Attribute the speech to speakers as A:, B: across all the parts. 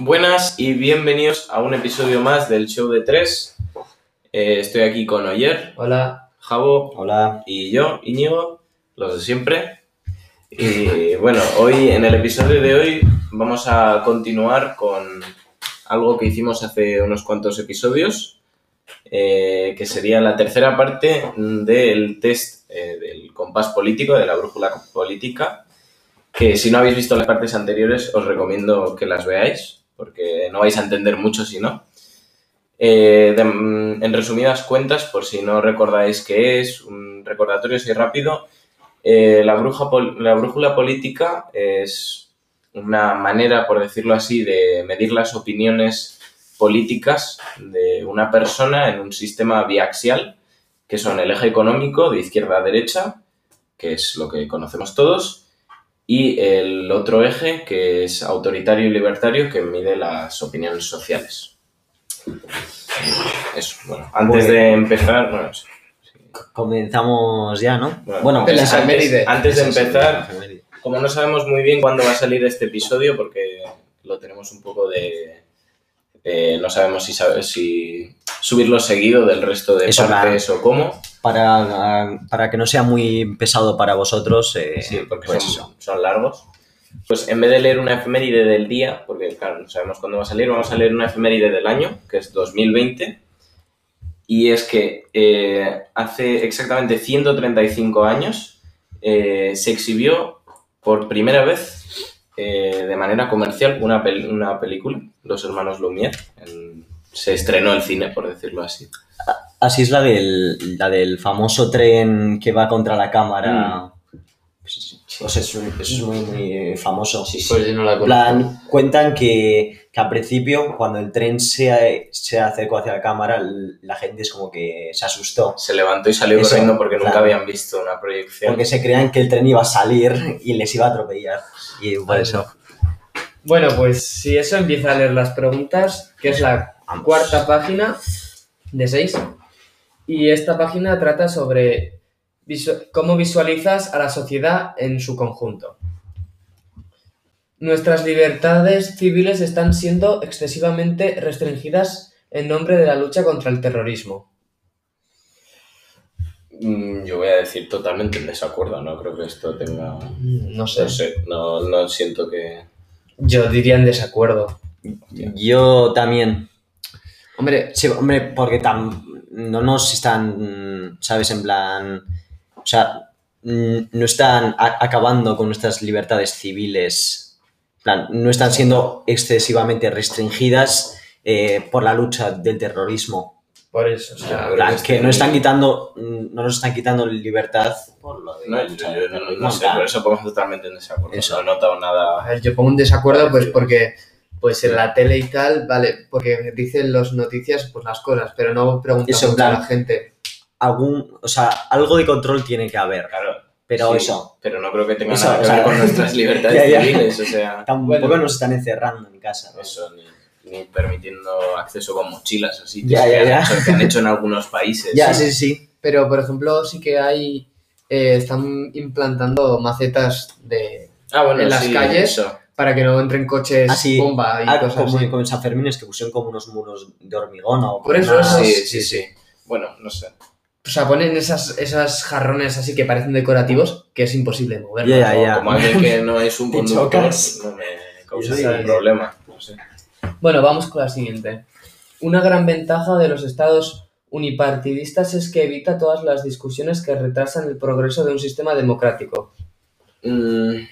A: Buenas y bienvenidos a un episodio más del Show de Tres. Eh, estoy aquí con Oyer,
B: Hola.
A: Javo
C: Hola.
A: y yo, Íñigo, los de siempre. Y bueno, hoy en el episodio de hoy vamos a continuar con algo que hicimos hace unos cuantos episodios, eh, que sería la tercera parte del test eh, del compás político, de la brújula política, que si no habéis visto las partes anteriores os recomiendo que las veáis, porque no vais a entender mucho si no. Eh, de- mm, en resumidas cuentas, por si no recordáis qué es, un recordatorio así rápido, eh, la, bruja pol- la brújula política es una manera, por decirlo así, de medir las opiniones políticas de una persona en un sistema biaxial, que son el eje económico de izquierda a derecha, que es lo que conocemos todos, y el otro eje, que es autoritario y libertario, que mide las opiniones sociales. Eso, bueno, antes
C: Muy bien.
A: de empezar, bueno, sí,
C: Comenzamos ya, ¿no?
A: Bueno,
B: De las
A: antes-
B: efemérides.
A: antes de
C: eso sí,
A: empezar,
C: la efeméride.
A: como no sabemos muy bien cuándo va a salir este episodio, porque lo tenemos un poco de. de- no sabemos si, sabe- si subirlo seguido del resto de
C: Eso,
A: partes o cómo.
C: Para, para que no sea muy pesado para vosotros, eh,
A: sí, porque
C: pues eso.
A: son, son largos. Pues en vez de leer una efeméride del día, porque claro, no sabemos cuándo va a salir, vamos a leer una efeméride del año, que es 2020. Y es que eh, hace exactamente 135 años eh, se exhibió por primera vez eh, de manera comercial una, pel- una película, Los Hermanos Lumière. en- se estrenó el cine, por decirlo así.
C: Así es la del, la del famoso tren que va contra la cámara.
A: Mm.
C: Pues, pues es un- eso es muy, muy eh, famoso.
B: Pues yo no la
C: En
B: conozco.
C: plan, cuentan que, que al principio, cuando el tren se, se acercó hacia la cámara, l- la gente es como que se asustó.
A: Se levantó y salió
C: Eso,
A: corriendo porque nunca
C: claro.
A: habían visto una proyección.
C: Porque se creían que el tren iba a salir y les iba a atropellar. Y por eso.
B: Bueno, pues si eso empieza a leer las preguntas, que es la
C: Vamos.
B: cuarta página de seis. Y esta página trata sobre visu- cómo visualizas a la sociedad en su conjunto. Nuestras libertades civiles están siendo excesivamente restringidas en nombre de la lucha contra el terrorismo.
A: Mm, Yo voy a decir totalmente en desacuerdo, no creo que esto tenga...
B: Mm, No sé.
A: No sé, no, no siento que...
B: Yo diría en desacuerdo.
C: Yo también.
B: Hombre,
C: Sí, hombre, porque tam- no nos están, ¿sabes? En plan. O sea, mm, no están a- acabando con nuestras libertades civiles. En plan, no están siendo excesivamente restringidas eh, por la lucha del terrorismo.
B: por eso. O sea,
C: En plan, que no están quitando. mm, No nos están quitando libertad por lo de.
A: No,
C: la
A: yo-
C: lucha
A: yo
C: del
A: no- no
C: terrorismo, en
A: sé,
C: plan,
A: por eso pongo totalmente en desacuerdo.
C: Eso.
A: No he notado
B: A
A: nada...
B: ver, yo pongo un desacuerdo pues porque pues en la tele y tal, vale, porque dicen las noticias pues las cosas, pero no preguntan
C: Eso,
B: mucho a
C: claro.
B: la gente.
C: Algún, o sea, algo de control tiene que haber.
A: Claro,
C: Pero
A: sí,
C: eso.
A: Pero no creo que tenga
C: Eso,
A: nada que
C: o sea,
A: ver con nuestras libertades
C: ya, ya.
A: civiles, o sea...
C: Tampoco
B: Bueno.
C: nos están encerrando en casa. ¿no?
A: Eso, ni, ni permitiendo acceso con mochilas así
C: Ya, ya,
A: que,
C: ya.
A: Han hecho, que han hecho en algunos países.
C: Ya, sí, sí. sí.
B: Pero por ejemplo, sí que hay eh, están implantando macetas de
A: Ah, bueno,
B: En las
A: sí,
B: calles.
A: eso.
B: para que no entren coches
C: Ah, sí.
B: bomba y
C: Ah,
B: cosas
C: como
B: así.
C: con San Fermín es que pusieron como unos muros de hormigón o
B: Por
C: como
B: eso,
C: unas-
B: eso.
A: sí, sí, sí, Bueno, no sé.
B: O sea, ponen esas esas jarrones así que parecen decorativos que es imposible moverlos.
C: Ya, ya, ya.
A: Como alguien que no es un
C: Te
A: conductor,
C: chocas.
A: no me causa
C: Sí,
A: ningún
C: sí.
A: problema. No sé.
B: Bueno, vamos con la siguiente. Una gran ventaja de los estados unipartidistas es que evita todas las discusiones que retrasan el progreso de un sistema democrático.
A: Mm,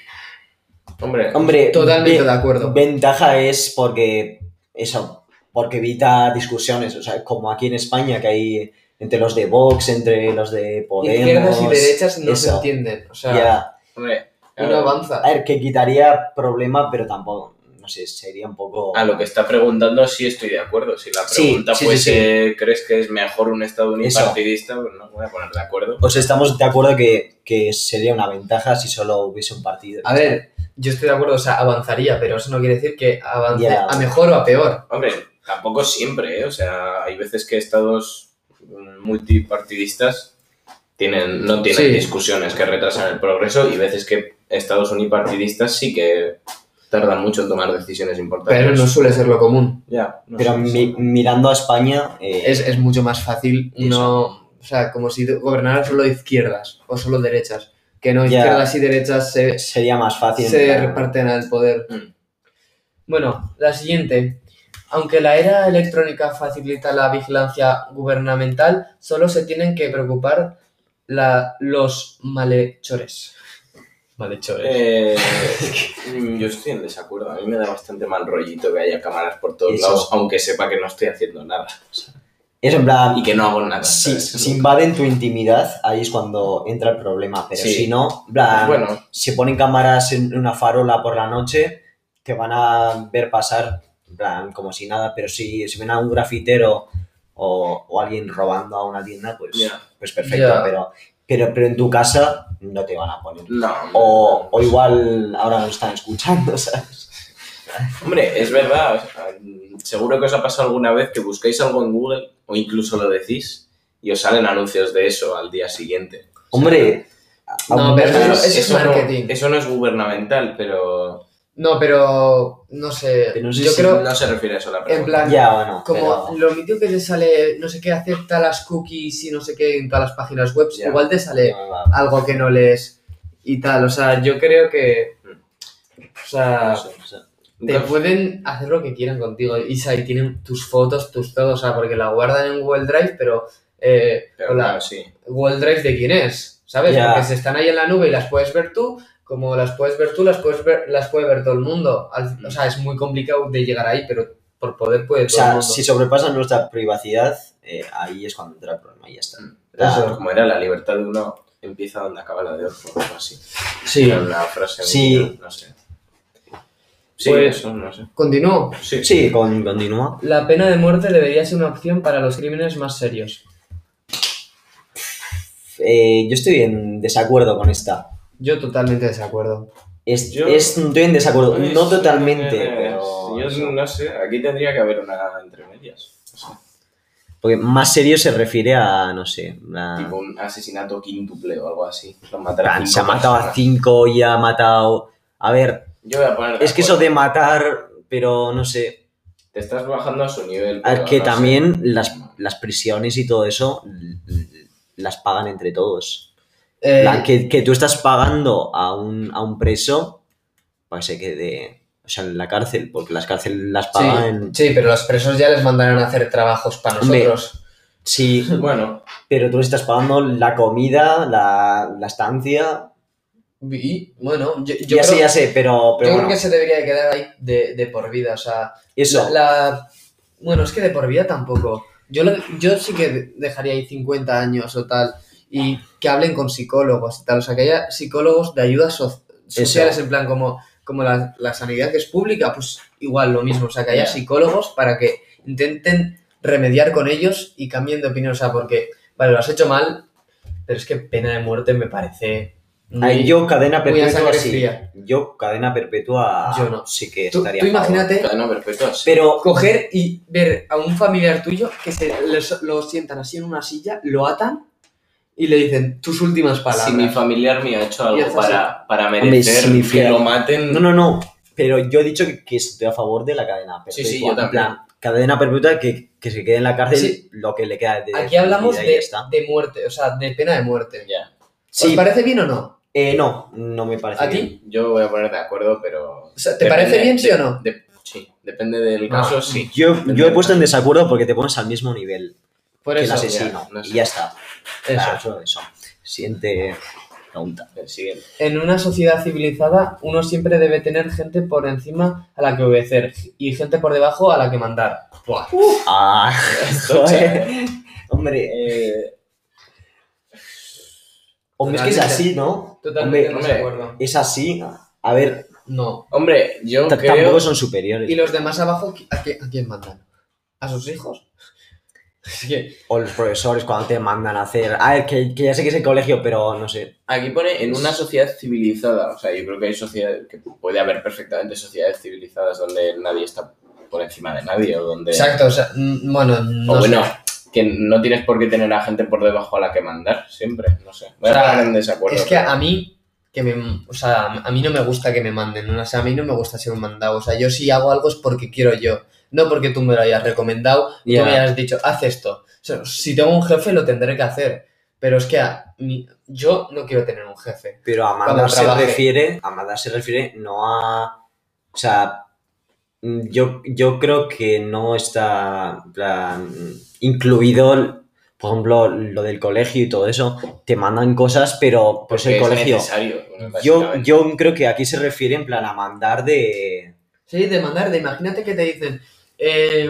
A: hombre,
C: Hombre,
B: Totalmente
C: ve-
B: de acuerdo.
C: Ventaja es porque eso, porque evita discusiones, o sea, como aquí en España que hay entre los de Vox, entre los de Podemos.
B: Izquierdas y derechas no se
C: eso.
B: entienden. O sea,
C: Ya.
A: hombre,
B: uno
A: a,
B: avanza.
C: A ver, que quitaría problema, pero tampoco, no sé, sería un poco
A: a lo que está preguntando sí estoy de acuerdo. Si la
C: Sí,
A: pregunta
C: sí, sí,
A: fuese, ¿crees que es mejor un estado unipartidista? Pues no me voy a poner de acuerdo.
C: O sea, Pues estamos de acuerdo que, que sería una ventaja si solo hubiese un partido.
B: A ver, yo estoy de acuerdo, o sea, avanzaría, pero eso no quiere decir que avance
C: Ya.
B: a mejor o a peor.
A: Hombre, tampoco siempre, ¿eh? O sea, hay veces que estados mm, multipartidistas tienen, no tienen
B: Sí.
A: discusiones que retrasan el progreso y veces que estados unipartidistas sí que tardan mucho en tomar decisiones importantes.
B: Pero no suele ser lo común.
A: Ya, no
C: Pero
A: sé, sí.
C: mi- mirando a España, eh,
B: Es, es mucho más fácil
C: Eso.
B: uno. O sea, como si gobernaran solo izquierdas o solo derechas. Que no
C: Ya.
B: izquierdas y derechas se,
C: sería más fácil. en
B: se
C: plan-
B: reparten al poder.
A: Mm.
B: Bueno, la siguiente. Aunque la era electrónica facilita la vigilancia gubernamental, solo se tienen que preocupar la, los malhechores. Malhechores.
A: Eh, mm, yo estoy en desacuerdo. A mí me da bastante mal rollito que haya cámaras por todos
C: Eso.
A: lados, aunque sepa que no estoy haciendo nada.
C: Es en plan,
A: Y que no hago nada.
C: si,
A: ¿sabes?
C: si invaden tu intimidad, ahí es cuando entra el problema. Pero
A: Sí.
C: si no, en plan,
A: Bueno,
C: si ponen cámaras en una farola por la noche, te van a ver pasar en plan, como si nada, pero si, si ven a un grafitero o, o alguien robando a una tienda, pues,
A: Ya.
C: pues perfecto,
B: Ya.
C: pero, pero, pero en tu casa no te van a poner.
A: no.
C: O, o igual ahora nos están escuchando, ¿sabes?
A: Hombre, es verdad. o sea, seguro que os ha pasado alguna vez que buscáis algo en Google o incluso lo decís y os salen anuncios de eso al día siguiente.
C: Hombre, a- a
B: No,
C: un-
B: pero
A: Claro,
B: eso es marketing.
A: No, eso no es gubernamental, pero
B: No, pero no sé.
C: Pero no sé
B: yo
C: si
B: creo,
A: no se refiere a eso la
B: en
A: pregunta.
B: plan,
C: ya bueno,
B: como
C: pero-
B: lo mítico que te sale, no sé qué, acepta las cookies y no sé qué en todas las páginas web,
A: Ya.
B: igual te sale
C: no, va.
B: algo que no lees y tal. O sea, yo creo que. O sea.
C: No sé, no sé.
B: Te
A: Nunca-
B: pueden hacer lo que quieran contigo, Isa, y tienen tus fotos, tus todo, o sea, porque la guardan en Google Drive, pero, eh,
A: pero
B: con la-
A: claro, sí.
B: Google Drive de quién es, ¿sabes?
C: Ya.
B: Porque se están ahí en la nube y las puedes ver tú, como las puedes ver tú, las puedes ver, las puede ver todo el mundo. Al-
A: Mm.
B: o sea, es muy complicado de llegar ahí, pero por poder puede
C: O
B: todo el
C: sea,
B: mundo.
C: si sobrepasan nuestra privacidad, eh, ahí es cuando entra el problema y ya está.
A: Mm, Claro,
B: Eso.
A: como era la libertad de uno empieza donde acaba la de otro, o algo así.
B: Sí.
A: Era una frase.
C: Sí.
A: muy- No sé. Sí,
B: Pues-
A: eso, no sé.
B: Continúo.
A: Sí.
C: Sí, con, continúa.
B: La pena de muerte debería ser una opción para los crímenes más serios.
C: Eh, yo estoy en desacuerdo con esta.
B: Yo totalmente desacuerdo.
C: Es,
A: Yo-
C: es- estoy en desacuerdo,
A: Pues,
C: no totalmente,
A: eh,
C: pero...
A: Yo
C: eso.
A: no sé, aquí tendría que haber una entre medias. O sea,
C: Porque más serio se refiere a, no sé, a-
A: Tipo un asesinato quíntuple o algo así. Lo
C: plan,
A: matarán.
C: se ha matado a cinco y ha matado... A ver,
A: Yo voy a poner. de
C: es que eso
A: acuerdo.
C: de matar, pero no sé,
A: Te estás bajando a su nivel.
C: a ver,
A: pero
C: que
A: no sé.
C: también las, las prisiones y todo eso l- l- las pagan entre todos.
B: Eh,
C: La que, que tú estás pagando a un, a un preso para que se quede o sea, en la cárcel, porque las cárceles las
B: sí,
C: pagan.
B: sí, pero los presos ya les mandarán a hacer trabajos para
C: Hombre,
B: nosotros.
C: Sí,
A: Bueno,
C: pero tú les estás pagando la comida, la, la estancia.
B: Y bueno, yo, yo
C: ya
B: creo,
C: sé, ya sé, pero,
B: yo
C: pero
B: creo
C: bueno,
B: que se debería de quedar ahí de, de por vida. O sea,
C: eso.
B: la- bueno, es que de por vida tampoco. Yo, lo- yo sí que de- dejaría ahí 50 años o tal. Y que hablen con psicólogos y tal. O sea, que haya psicólogos de ayudas so- sociales, en plan como, como la, la sanidad que es pública, pues igual lo mismo. O sea, que haya
A: Ya.
B: psicólogos para que intenten remediar con ellos y cambien de opinión. O sea, porque, vale, lo has hecho mal, pero es que pena de muerte me parece. muy-
C: Ay, yo cadena
B: muy a
C: perpetua
B: sangre
C: sí.
B: fría.
C: Yo cadena perpetua
B: Yo no.
C: sí que
B: Tú,
C: estaría.
B: tú
C: a favor.
B: imagínate
A: cadena perpetua. sí.
C: Pero
B: coger y ver a un familiar tuyo que se les- lo sientan así en una silla, lo atan y le dicen tus últimas palabras.
A: Si mi familiar mío ha hecho
B: Y es
A: algo
B: así.
A: para, para
C: Hombre,
A: merecer
C: si mi
A: que
C: fiel-
A: lo maten.
C: No, no, no. Pero yo he dicho que, que estoy a favor de la cadena
A: Sí,
C: perpetua.
A: sí, yo
C: En
A: también.
C: plan, cadena perpetua que, que se quede en la cárcel
B: Sí.
C: lo que le queda de
B: Aquí hablamos
C: vida y ya
B: de,
C: está.
B: de muerte, o sea, de pena de muerte.
A: Ya.
B: ¿Os
C: Sí,
B: parece bien o no?
C: eh, no, no me parece
B: ¿A ti?
C: bien.
A: Yo voy a poner de acuerdo, pero.
B: O sea, ¿Te
A: depende-
B: parece bien, sí
A: de-
B: o no?
A: de- sí, depende del
B: Ah,
A: caso, sí.
C: Yo, yo he puesto en desacuerdo porque te pones al mismo nivel
B: Por
C: que el
B: eso.
C: asesino.
A: ya, no sé.
C: Y ya está.
B: eso.
C: Ah, solo eso. Siguiente pregunta.
A: El siguiente.
B: En una sociedad civilizada, uno siempre debe tener gente por encima a la que obedecer y gente por debajo a la que mandar. Buah.
C: Ah, joder. Hombre,
A: Eh,
C: hombre, es que es
B: Totalmente.
C: así, ¿no?
B: Totalmente
C: Hombre,
B: no de acuerdo.
C: es así. A ver,
B: No.
A: hombre, yo
C: t-
A: creo.
C: tampoco son superiores.
B: ¿Y los demás abajo qui- a, qué- a quién mandan? ¿A sus hijos? Es que
C: O los profesores cuando te mandan a hacer. A ver, que, que ya sé que es el colegio, pero no sé.
A: Aquí pone en una sociedad civilizada. O sea, yo creo que hay sociedades. que puede haber perfectamente sociedades civilizadas donde nadie está por encima de nadie. O donde.
B: Exacto, o sea, mm, bueno, no
A: o
B: sé.
A: bueno, que no tienes por qué tener a gente por debajo a la que mandar, siempre. No sé. Voy
B: O sea,
A: a poner en desacuerdo.
B: es que
A: pero-
B: a mí que me, o sea, a mí no me gusta que me manden, ¿no? o sea, a mí no me gusta ser un mandado, o sea, yo si hago algo es porque quiero yo, no porque tú me lo hayas recomendado,
C: Ya.
B: tú me hayas dicho, haz esto. O sea, si tengo un jefe lo tendré que hacer, pero es que a mí- yo no quiero tener un jefe.
C: Pero Amanda
B: Cuando
C: se
B: trabaje.
C: refiere, Amanda se refiere no a, o sea, mm, yo, yo creo que no está en plan, incluido, por ejemplo, lo del colegio y todo eso, te mandan cosas, pero pues
A: Porque
C: el
A: es
C: colegio.
A: necesario, bueno,
C: Yo,
A: básicamente.
C: yo creo que aquí se refiere en plan a mandar de...
B: Sí, de mandar, de imagínate que te dicen, eh,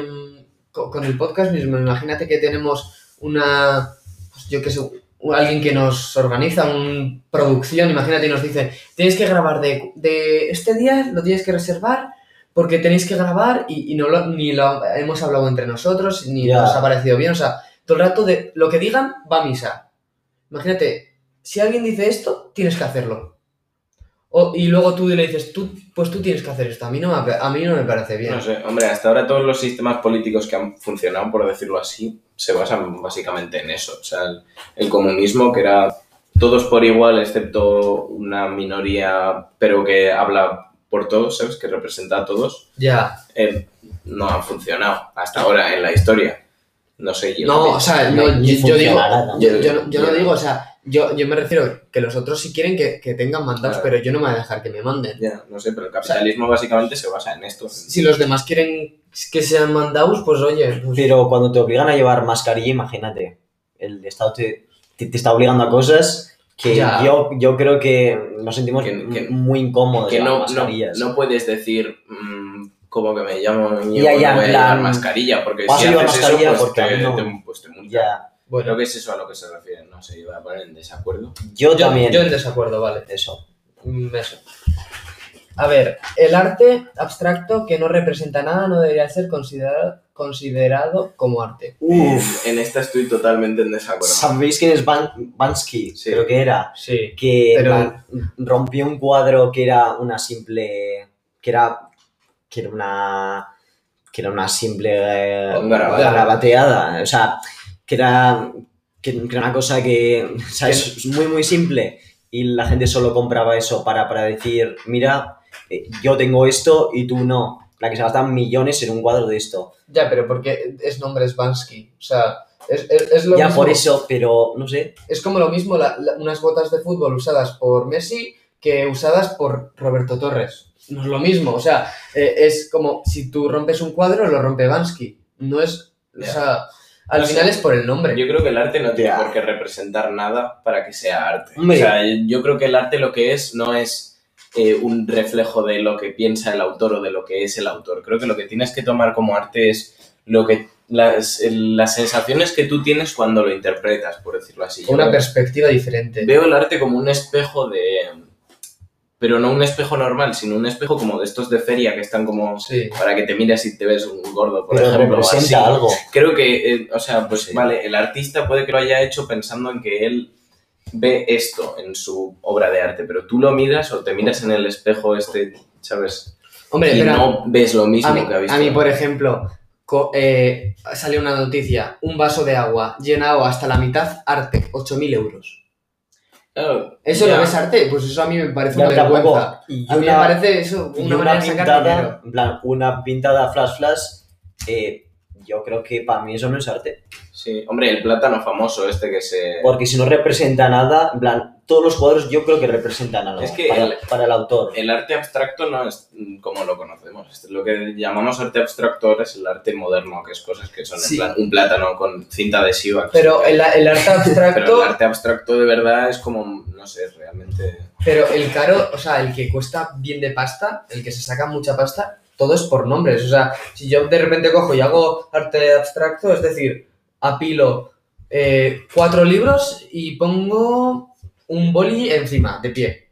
B: co- con, el podcast mismo, imagínate que tenemos una, pues yo qué sé, u- alguien que nos organiza una producción, imagínate y nos dice, tienes que grabar de, de este día, lo tienes que reservar porque tenéis que grabar y, y no lo, ni lo hemos hablado entre nosotros, ni
C: Ya.
B: nos ha parecido bien, o sea, todo el rato de lo que digan va a misa. Imagínate, si alguien dice esto, tienes que hacerlo. O- y luego tú le dices, tú, pues tú tienes que hacer esto. A mí no me, pa- a mí no me parece bien.
A: No sé, hombre, hasta ahora todos los sistemas políticos que han funcionado, por decirlo así, se basan básicamente en eso. O sea, el, el comunismo, que era todos por igual, excepto una minoría, pero que habla por todos, ¿sabes? Que representa a todos,
B: Ya.
A: eh, no han funcionado hasta ahora en la historia. No sé, yo
B: No, o sea, no,
C: Ni- ni
B: yo, yo digo,
C: funcionará tampoco.
B: yo, yo no- yo no
A: Ya.
B: digo, o sea, yo, yo me refiero que los otros sí quieren que, que tengan mandados,
A: Claro.
B: pero yo no me voy a dejar que me manden.
A: Ya, no sé, pero el capitalismo básicamente se basa en esto.
B: Si los demás quieren que sean mandados, pues oye, pues-
C: Pero cuando te obligan a llevar mascarilla, imagínate, el Estado te, te- te está obligando a cosas que
B: Ya.
C: yo, yo creo que nos sentimos
A: Que- que-
C: muy incómodos
A: que
C: llevar
A: no, no,
C: Pues mascarillas.
A: no puedes decir mm, como que me llamo y
C: Ya,
A: no
C: ya, en
A: voy a llevar
C: plan,
A: mascarilla, porque
C: vas
A: si
C: a llevar
A: haces
C: mascarilla
A: eso, pues
C: porque a
A: te,
C: mí no.
A: te- pues te multan.
C: Ya.
A: Creo
B: bueno,
A: que es eso a lo que se refiere, no se iba a poner en desacuerdo.
C: Yo,
B: yo,
C: también.
B: yo en desacuerdo, vale.
C: Eso.
B: Mm, Eso. A ver, el arte abstracto que no representa nada no debería ser considerado, considerado como arte.
C: Uf.
A: En esta estoy totalmente en desacuerdo.
C: ¿Sabéis quién es Ban- Bansky?
A: Sí.
C: Creo que era.
B: Sí.
C: Que
B: Pero-
C: la- rompió un cuadro que era una simple. que era. que era una. que era una simple. eh,
A: Un garabato.
C: garabateada. O sea, que era. que, que era una cosa que. ¿Sabes? Es Muy, muy simple. Y la gente solo compraba eso para, para decir, mira, eh, yo tengo esto y tú no. La que se gastan millones en un cuadro de esto.
B: Ya, pero porque es nombre es Bansky. O sea, es, es- es lo
C: ya
B: mismo.
C: por eso, pero no sé.
B: Es como lo mismo la- la- unas botas de fútbol usadas por Messi que usadas por Roberto Torres. No es lo mismo. O sea, eh, es como si tú rompes un cuadro, lo rompe Bansky. No es.
A: Ya.
B: O sea, al
A: No sé.
B: final es por el nombre.
A: Yo creo que el arte no tiene
C: Ya.
A: por qué representar nada para que sea arte.
C: Hombre.
A: O sea, yo- yo creo que el arte lo que es no es eh, un reflejo de lo que piensa el autor o de lo que es el autor. Creo que lo que tienes que tomar como arte es lo que las, las sensaciones que tú tienes cuando lo interpretas, por decirlo así. Yo
B: Una
A: creo-
B: perspectiva diferente.
A: veo el arte como un espejo de... Pero no un espejo normal, sino un espejo como de estos de feria que están como...
B: Sí.
A: Para que te mires y te ves un gordo, por
C: Pero
A: ejemplo. o así
C: representa algo.
A: creo que, eh, o sea, pues
C: Sí.
A: vale, el artista puede que lo haya hecho pensando en que él ve esto en su obra de arte, pero tú lo miras o te miras en el espejo este, ¿sabes?
B: Hombre,
A: y
B: espera.
A: no ves lo mismo
B: A mí,
A: que ha visto.
B: a mí, por ejemplo, co- eh, sale una noticia, un vaso de agua llenado hasta la mitad, arte, 8.000 euros.
A: Claro,
B: ¿Eso
A: Ah, ya.
B: lo ves arte? Pues eso a mí me parece
C: Ya
B: una
C: tampoco.
B: vergüenza.
C: Y
B: A mí me parece eso
C: y
B: una manera de sacar dinero.
C: pintada, en plan, una pintada flash flash, eh, yo creo que para mí eso no es arte.
A: Sí, hombre, el plátano famoso este que se...
C: Porque si no representa nada, en plan, todos los cuadros yo creo que representan algo
A: Es que
C: para,
A: el-
C: para el autor.
A: El arte abstracto no es mm, como lo conocemos. Este- Lo que llamamos arte abstracto ahora es el arte moderno, que es cosas que son en
B: Sí.
A: plan un plátano con cinta adhesiva. que
B: Pero
A: se cae.
B: el, el arte
A: pero el
B: abstracto,
A: arte abstracto de verdad es como, no sé, realmente...
B: pero el caro, o sea, el que cuesta bien de pasta, el que se saca mucha pasta, todo es por nombres. O sea, si yo de repente cojo y hago arte abstracto, es decir, apilo eh, cuatro libros y pongo un boli encima, de pie.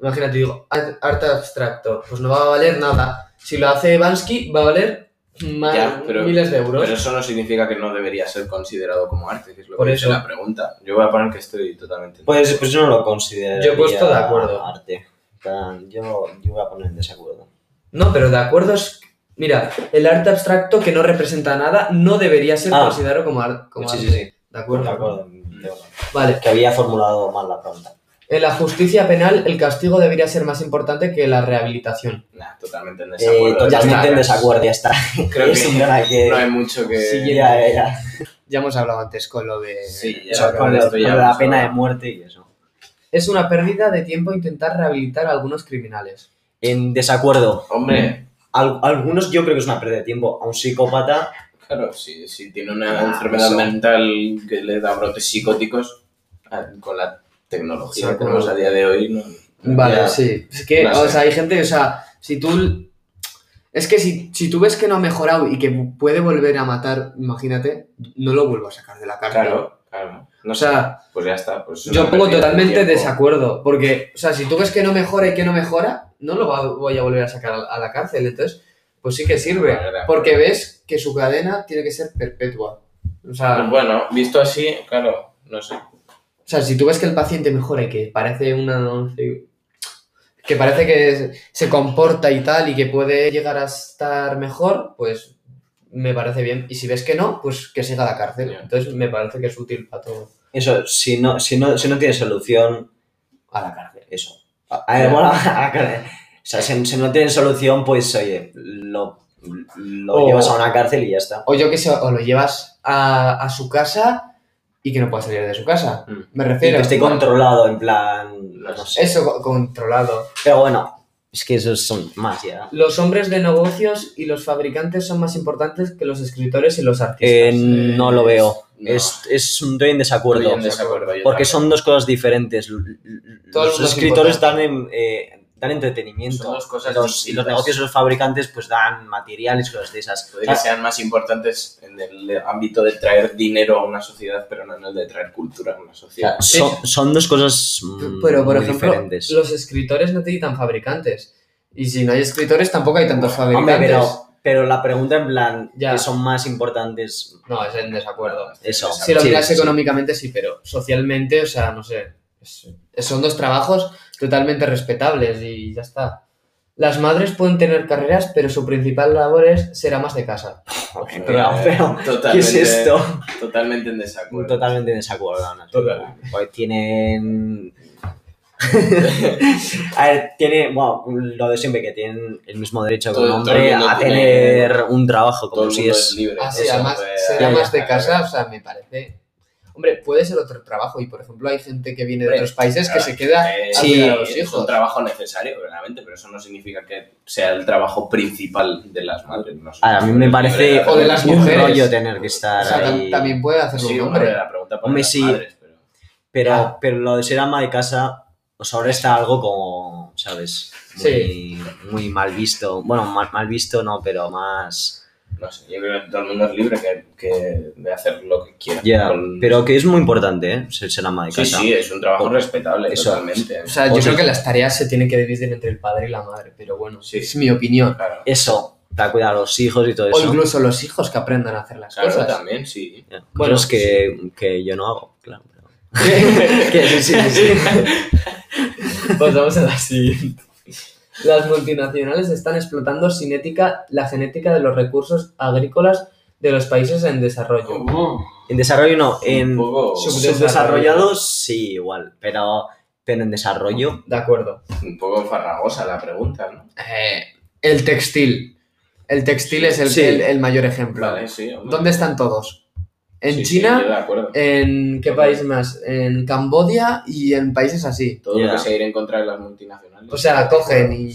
B: Imagínate, digo, ar- arte abstracto, pues no va a valer nada. Si lo hace Bansky, va a valer ma-
A: Ya, pero-
B: miles de euros.
A: Pero eso no significa que no debería ser considerado como arte, que es lo
B: Por
A: que dice
B: eso.
A: la pregunta. Yo voy a poner que estoy totalmente...
C: Pues, pues yo no lo considero
B: Yo he puesto de acuerdo.
C: arte. En plan, Yo, yo voy a poner en desacuerdo.
B: No, pero de acuerdo es. Mira, el arte abstracto que no representa nada no debería ser
C: Ah.
B: considerado como, ar- como
C: sí,
B: arte.
C: sí, sí.
B: De
C: De
B: acuerdo.
A: mm.
C: acuerdo. de acuerdo.
B: Vale.
C: Que había formulado mal la pregunta.
B: En la justicia penal, el castigo debería ser más importante que la rehabilitación.
A: Nah, totalmente en desacuerdo.
C: Eh,
A: Ya está,
C: totalmente en
A: claro.
C: desacuerdo, ya está.
A: Creo
C: Es un
A: que
C: tema que-
A: no hay mucho que...
C: Sí, ya, ya, ya.
B: Ya hemos hablado antes con lo de...
A: Sí, ya
C: O sea,
A: lo
C: con
A: de
C: lo-
A: esto ya
C: con la
A: hemos
C: pena de
A: hablado.
C: muerte y eso.
B: Es una pérdida de tiempo intentar rehabilitar a algunos criminales.
C: En desacuerdo.
A: Hombre,
C: Al- algunos yo creo que es una pérdida de tiempo. A un psicópata,
A: claro, si, si tiene una
C: Ah,
A: enfermedad
C: eso.
A: mental que le da brotes psicóticos, ah, con la tecnología
B: Sí,
A: que tenemos
B: claro.
A: a día de hoy, no...
B: Vale,
C: Ya.
B: sí. Es que,
A: No
B: o
A: sé.
B: sea, hay gente, o sea, si tú... Es que si, si tú ves que no ha mejorado y que puede volver a matar, imagínate, no lo vuelvo a sacar de la cárcel.
A: Claro, claro. No
B: O sea,
A: pues ya está. Pues es
B: yo
A: una
B: pongo
A: pérdida de
B: totalmente
A: tiempo.
B: desacuerdo, porque, o sea, si tú ves que no mejora y que no mejora, no lo va- voy a volver a sacar a la cárcel. Entonces, pues sí que sirve,
A: Vale, de acuerdo.
B: porque ves que su cadena tiene que ser perpetua. O sea,
A: Pues bueno, visto así, claro, no sé.
B: O sea, si tú ves que el paciente mejora y que parece una... que parece que se comporta y tal y que puede llegar a estar mejor, pues me parece bien. Y si ves que no, pues que siga a la cárcel.
A: Ya.
B: Entonces me parece que es útil para todo.
C: eso, si no, si no, si no tiene solución, a la cárcel, eso. A, a- bueno, a la cárcel. O sea, si, si no tiene solución, pues oye, lo, lo
A: Oh.
B: O-
C: llevas a una cárcel y ya está.
B: O yo que sé, o lo llevas a, a su casa y que no pueda salir de su casa.
A: Mm.
B: Me
C: Y
B: refiero...
C: que esté controlado, en plan. No sé.
B: Eso, co- controlado.
C: Pero bueno, es que esos son más ya.
B: Los hombres de negocios y los fabricantes son más importantes que los escritores y los artistas.
C: Eh, no lo veo.
A: no.
C: Es, es un estoy en desacuerdo.
A: Estoy en desacuerdo. yo también.
C: Porque son dos cosas diferentes. L- l-
B: Todo el
C: Los
B: mundo es
C: escritores dan, en- eh, dan entretenimiento.
A: Son dos cosas
C: Los- y los
A: distintas.
C: negocios de los fabricantes pues dan materiales, cosas de esas.
A: Puede que
C: O sea,
A: sean más importantes en el ámbito de traer dinero a una sociedad, pero no en el de traer cultura a una sociedad.
C: o sea, son, son dos cosas mm,
B: Pero, por
C: muy
B: ejemplo,
C: diferentes.
B: los escritores necesitan fabricantes. Y si no hay escritores, tampoco hay tantos
C: Hombre,
B: fabricantes.
C: pero, pero la pregunta en plan,
B: Ya.
C: que son más importantes?
B: No, es en desacuerdo.
C: Eso.
B: Si lo
C: Sí,
B: miras
C: sí.
B: económicamente, sí, pero socialmente, o sea, no sé. es- son dos trabajos totalmente respetables y ya está. Las madres pueden tener carreras, pero su principal labor es ser amas de casa.
A: Joder, eh,
C: pero- pero, ¿Qué es
A: totalmente-
C: esto?
A: Totalmente en desacuerdo.
C: Totalmente en desacuerdo. Ana.
A: Pues, Totalmente.
C: Pues tienen. a ver, tiene. Bueno, lo de siempre, que tienen el mismo derecho que
A: Todo-
C: un
A: todo el
C: hombre
A: mundo
C: a
A: tiene-
C: tener un trabajo,
A: Todo
C: como
A: el
C: si
A: mundo es
C: es.
A: libre.
B: Ah, sí,
A: Eso,
B: además,
A: eh,
B: ser
C: ya,
B: amas
A: ya,
B: de
A: ya.
B: casa, o sea, me parece. Hombre, puede ser otro trabajo y, por ejemplo, hay gente que viene de
A: Hombre,
B: otros países que
A: claro,
B: se queda
A: eh,
B: a
C: sí,
B: cuidar a los
A: es un
B: hijos.
A: trabajo necesario, claramente, pero eso no significa que sea el trabajo principal de las madres. no sé.
C: A mí me parece
B: O de las
C: un
B: mujeres.
C: rollo tener que estar
B: O sea, tam-
C: ahí.
B: también puede hacerlo
A: Sí,
B: un
A: hombre,
B: hombre.
A: la pregunta para
C: Hombre,
A: las
C: sí.
A: madres, pero...
C: Pero,
B: Ah.
C: pero lo de ser ama de casa, pues ahora está algo como, ¿sabes? Muy, muy mal visto. Bueno, mal, mal visto no, pero más.
A: No sé, yo creo que todo el mundo es libre que, que de hacer lo que quiera.
C: Ya,
A: Con-
C: pero que es muy importante, ¿eh? Ser, ser ama de
A: Sí,
C: casa.
A: sí, es un trabajo
C: Con-
A: respetable,
C: Eso.
A: totalmente.
B: O sea, yo
C: O sea,
B: creo que las tareas se tienen que dividir entre el padre y la madre, pero bueno,
A: Sí.
B: es mi opinión.
A: Claro,
C: Eso, para cuidar a los hijos y todo
B: O
C: eso.
B: incluso los hijos que aprendan a hacer las
A: claro,
B: cosas.
A: también, sí.
C: Ya, Cosas
B: Bueno,
C: que, que yo no hago, claro. pero- que sí, sí, sí.
B: Pues vamos a la siguiente. Las multinacionales están explotando sin ética la genética de los recursos agrícolas de los países en desarrollo.
C: En desarrollo no,
A: Un
C: en
A: poco
B: Subdesarrollo.
C: subdesarrollados sí, igual, pero, pero en desarrollo.
B: De acuerdo.
A: un poco farragosa la pregunta, ¿no?
B: Eh, el textil. El textil es el,
C: Sí.
B: el- el mayor ejemplo.
A: Vale, sí. hombre.
B: ¿Dónde están todos? ¿En
A: Sí, sí,
B: China? Eh,
A: yo de acuerdo.
B: ¿En qué
A: Total.
B: país más? En Camboya y en países así.
A: Todo lo
C: Ya.
A: que sea ir en contra de las multinacionales.
B: O sea, cogen y...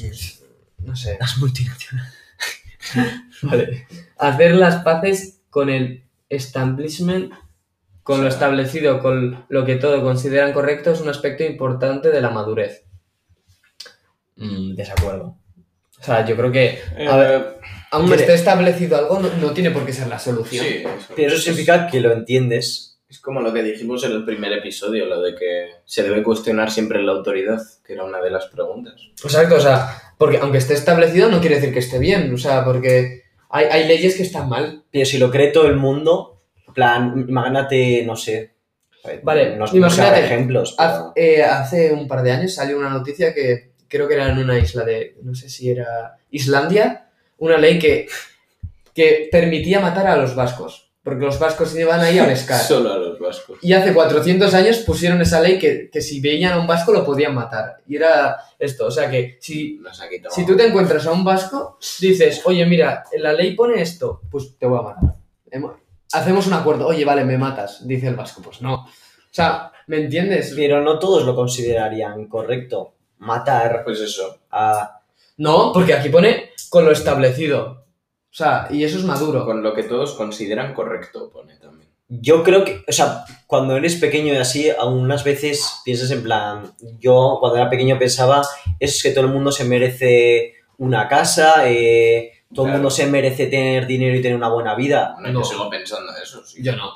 B: No sé.
C: Las multinacionales.
B: Vale. Hacer las paces con el establishment, con lo establecido, con lo que todo consideran correcto, es un aspecto importante de la madurez. Mm, desacuerdo. O sea, yo creo que...
A: Eh,
B: A ver, aunque
C: hombre.
B: esté establecido algo, no, no tiene por qué ser la solución.
A: sí, eso.
C: Pero eso significa que lo entiendes.
A: Es como lo que dijimos en el primer episodio, lo de que se debe cuestionar siempre la autoridad, que era una de las preguntas.
B: Exacto, o sea, porque aunque esté establecido no quiere decir que esté bien, o sea, porque hay, hay leyes que están mal.
C: Pero si lo cree todo el mundo, en plan, imagínate, no sé.
B: Vale,
C: no, no sé,
B: imagínate,
C: habrá ejemplos.
B: Haz-
C: pero-
B: eh, hace un par de años salió una noticia que creo que era en una isla de, no sé si era Islandia, una ley que, que permitía matar a los vascos. Porque los vascos se llevan ahí a pescar.
A: Solo a los vascos.
B: Y hace 400 años pusieron esa ley que, que si veían a un vasco lo podían matar. Y era esto, o sea que si,
A: Nos ha quitado.
B: si tú te encuentras a un vasco, dices, oye, mira, la ley pone esto, pues te voy a matar. Hemo- Hacemos un acuerdo, oye, vale, me matas, dice el vasco, pues no. O sea, ¿me entiendes?
C: Pero no todos lo considerarían correcto. Matar
A: Pues eso.
C: a...
B: No, porque aquí pone con lo establecido. O sea, y eso es maduro.
A: Con lo que todos consideran correcto, pone también.
C: Yo creo que, o sea, cuando eres pequeño y así, algunas veces piensas en plan, yo cuando era pequeño pensaba, es que todo el mundo se merece una casa, eh, todo el
A: Claro.
C: mundo se merece tener dinero y tener una buena vida,
A: Bueno,
B: No.
A: yo sigo pensando eso, sí.
B: Yo no.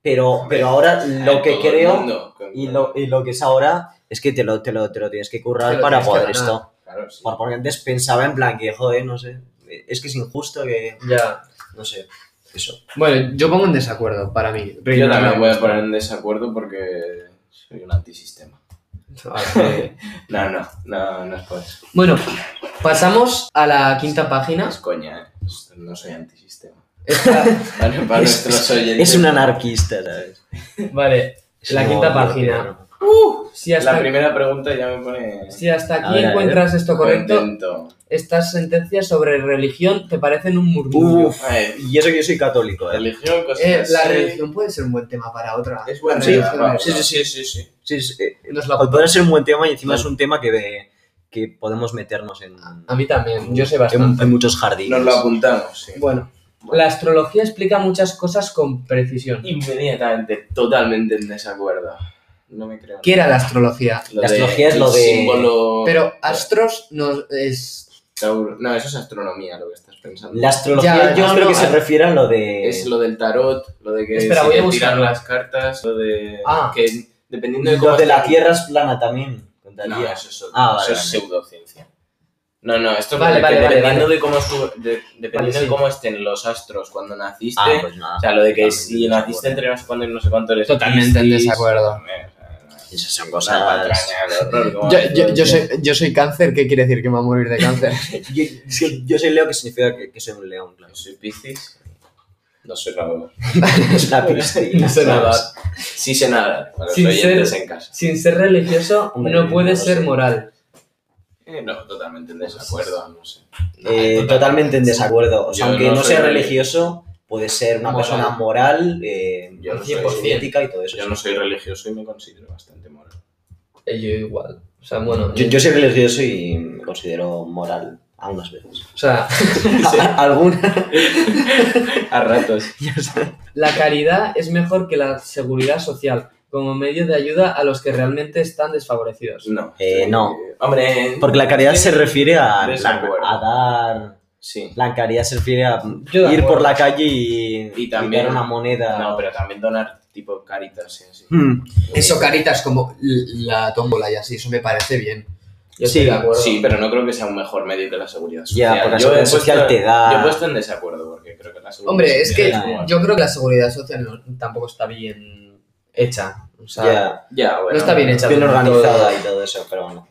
C: pero, pero ahora lo
A: Eh,
C: que
A: todo el
C: creo
A: mundo, con-
C: y lo, y lo que es ahora es que te lo, te lo, te lo tienes que currar
B: Te lo
C: para
B: tienes que
C: poder
B: ganar.
C: esto.
A: Claro, sí.
C: Por- Porque antes pensaba en plan que, joder, no sé, es que es injusto que,
B: Ya.
C: no sé, eso.
B: Bueno, yo pongo en desacuerdo para mí.
A: Yo también voy a poner en desacuerdo porque soy un antisistema. No, no, no, no es por eso.
B: Ah, Bueno, pasamos a la quinta página.
A: Es coña, eh. Es- No soy antisistema.
B: Esta-
A: Vale, para
C: Es-
A: nuestros oyentes.
C: Es un anarquista, ¿sabes?
B: vale, La
C: Es
B: quinta
C: como-
B: página. si
A: La
B: hasta,
A: primera pregunta ya me pone.
B: si hasta
C: A
B: aquí
C: ver, a ver.
B: encuentras esto correcto,
A: contento.
B: estas sentencias sobre religión te parecen un murmullo.
C: Uf,
A: Eh,
C: y eso que yo soy católico, ¿eh?
A: religión, cosas
B: Eh, la
A: así.
B: religión puede ser un buen tema para otra.
A: Es buen
B: La
A: tema,
B: religión
A: vamos.
B: es-
C: Sí, sí, sí,
A: sí, sí.
C: Sí, sí, eh,
B: nos la-
C: podría ser un buen tema y encima
A: Claro.
C: es un tema que, ve- que podemos meternos en,
B: A mí también, yo sé bastante.
C: en, en muchos jardines.
A: Nos lo apuntamos, sí.
B: Bueno, la astrología explica muchas cosas con precisión.
A: Inmediatamente, totalmente en desacuerdo. No me creo.
B: ¿Qué era la astrología?
A: Lo
C: La
A: de-
C: astrología es
A: el
C: lo de-
A: símbolo-
B: Pero astros no es
A: Tauro- No, eso es astronomía lo que estás pensando.
C: La astrología
B: Ya,
C: yo
B: no,
C: creo
B: no,
C: que se
B: a-
C: refiere a lo de...
A: Es lo del tarot, lo de que
B: Espera,
A: se
B: voy a
A: te tiran
B: buscarlo.
A: las cartas, lo de.
B: Ah.
A: Que dependiendo de cómo.
C: lo de la
A: estés-
C: Tierra es plana también.
A: No,
C: contaría.
A: eso es, otro,
C: Ah,
A: eso
C: vale,
A: es
C: vale.
A: pseudociencia. No, no, esto es
B: Vale,
A: lo de
B: vale,
A: que
B: vale,
A: dependiendo, De, cómo su- de- dependiendo
B: Vale, sí.
A: de cómo estén los astros cuando naciste.
C: Ah, pues nada.
A: o sea, lo de que
C: totalmente
A: si naciste entre
C: desacuerdo.
A: no sé cuánto y no sé cuánto eres.
B: Totalmente en
A: Piscis,
B: desacuerdo.
A: eh, o sea,
C: Esas son
A: no, una
C: cosas...
A: patraña de horror, como
B: Yo,
A: hace
B: yo-
A: todo
B: yo
A: el
B: soy, yo soy cáncer, ¿qué quiere decir que me va a morir de cáncer?
C: Yo, yo, yo soy Leo, que significa que, que soy un león,
A: día.
C: claro.
A: Yo soy Piscis. No sé nada.
C: Es una piscina.
B: No sé nada.
C: Eh,
A: Sí sé nada. Para los
B: Sin
A: oyentes
B: ser-
A: en casa.
B: Sin ser religioso
C: Hombre,
B: no puede
C: no
B: ser
C: sé.
B: moral.
A: Eh, no, totalmente en desacuerdo, no sé.
C: Eh, totalmente en desacuerdo. O sea,
A: Yo
C: aunque
A: no
C: no,
A: soy
C: sea
A: religioso.
C: religioso, puede ser una
B: Moral.
C: persona moral, eh,
A: Yo no soy
C: 100% ética y todo eso.
A: Yo no soy religioso y me considero bastante moral.
B: Eh, Yo igual. O sea, bueno.
C: Yo, yo soy religioso y me considero moral algunas veces.
B: O sea,
C: Alguna.
A: A ratos.
B: la caridad es mejor que la seguridad social como medio de ayuda a los que realmente están desfavorecidos.
A: No.
C: Eh, no.
A: Hombre.
C: Porque la caridad se refiere a,
A: Desacuerdo.
C: a dar.
A: Sí.
C: La caridad se refiere a
B: de
C: ir
B: acuerdo.
C: por la calle y,
A: Y también-
C: dar una moneda.
A: No, pero también donar tipo caritas y así.
C: Hmm.
B: Eso, caritas, como la tómbola y así, eso me parece bien. Yo
C: Sí,
B: estoy de acuerdo.
A: Sí, pero no creo que sea un mejor medio que la seguridad social.
C: Ya, porque la
A: Yo he
C: seguridad social te da-
A: Yo he puesto en desacuerdo porque creo que la seguridad
B: Hombre, es que
A: social como-
B: yo creo que la seguridad social no- tampoco está bien hecha. O sea,
C: Ya,
A: Ya, bueno.
B: no está bien hecha.
C: bien
B: del todo.
C: organizada y todo eso, pero bueno.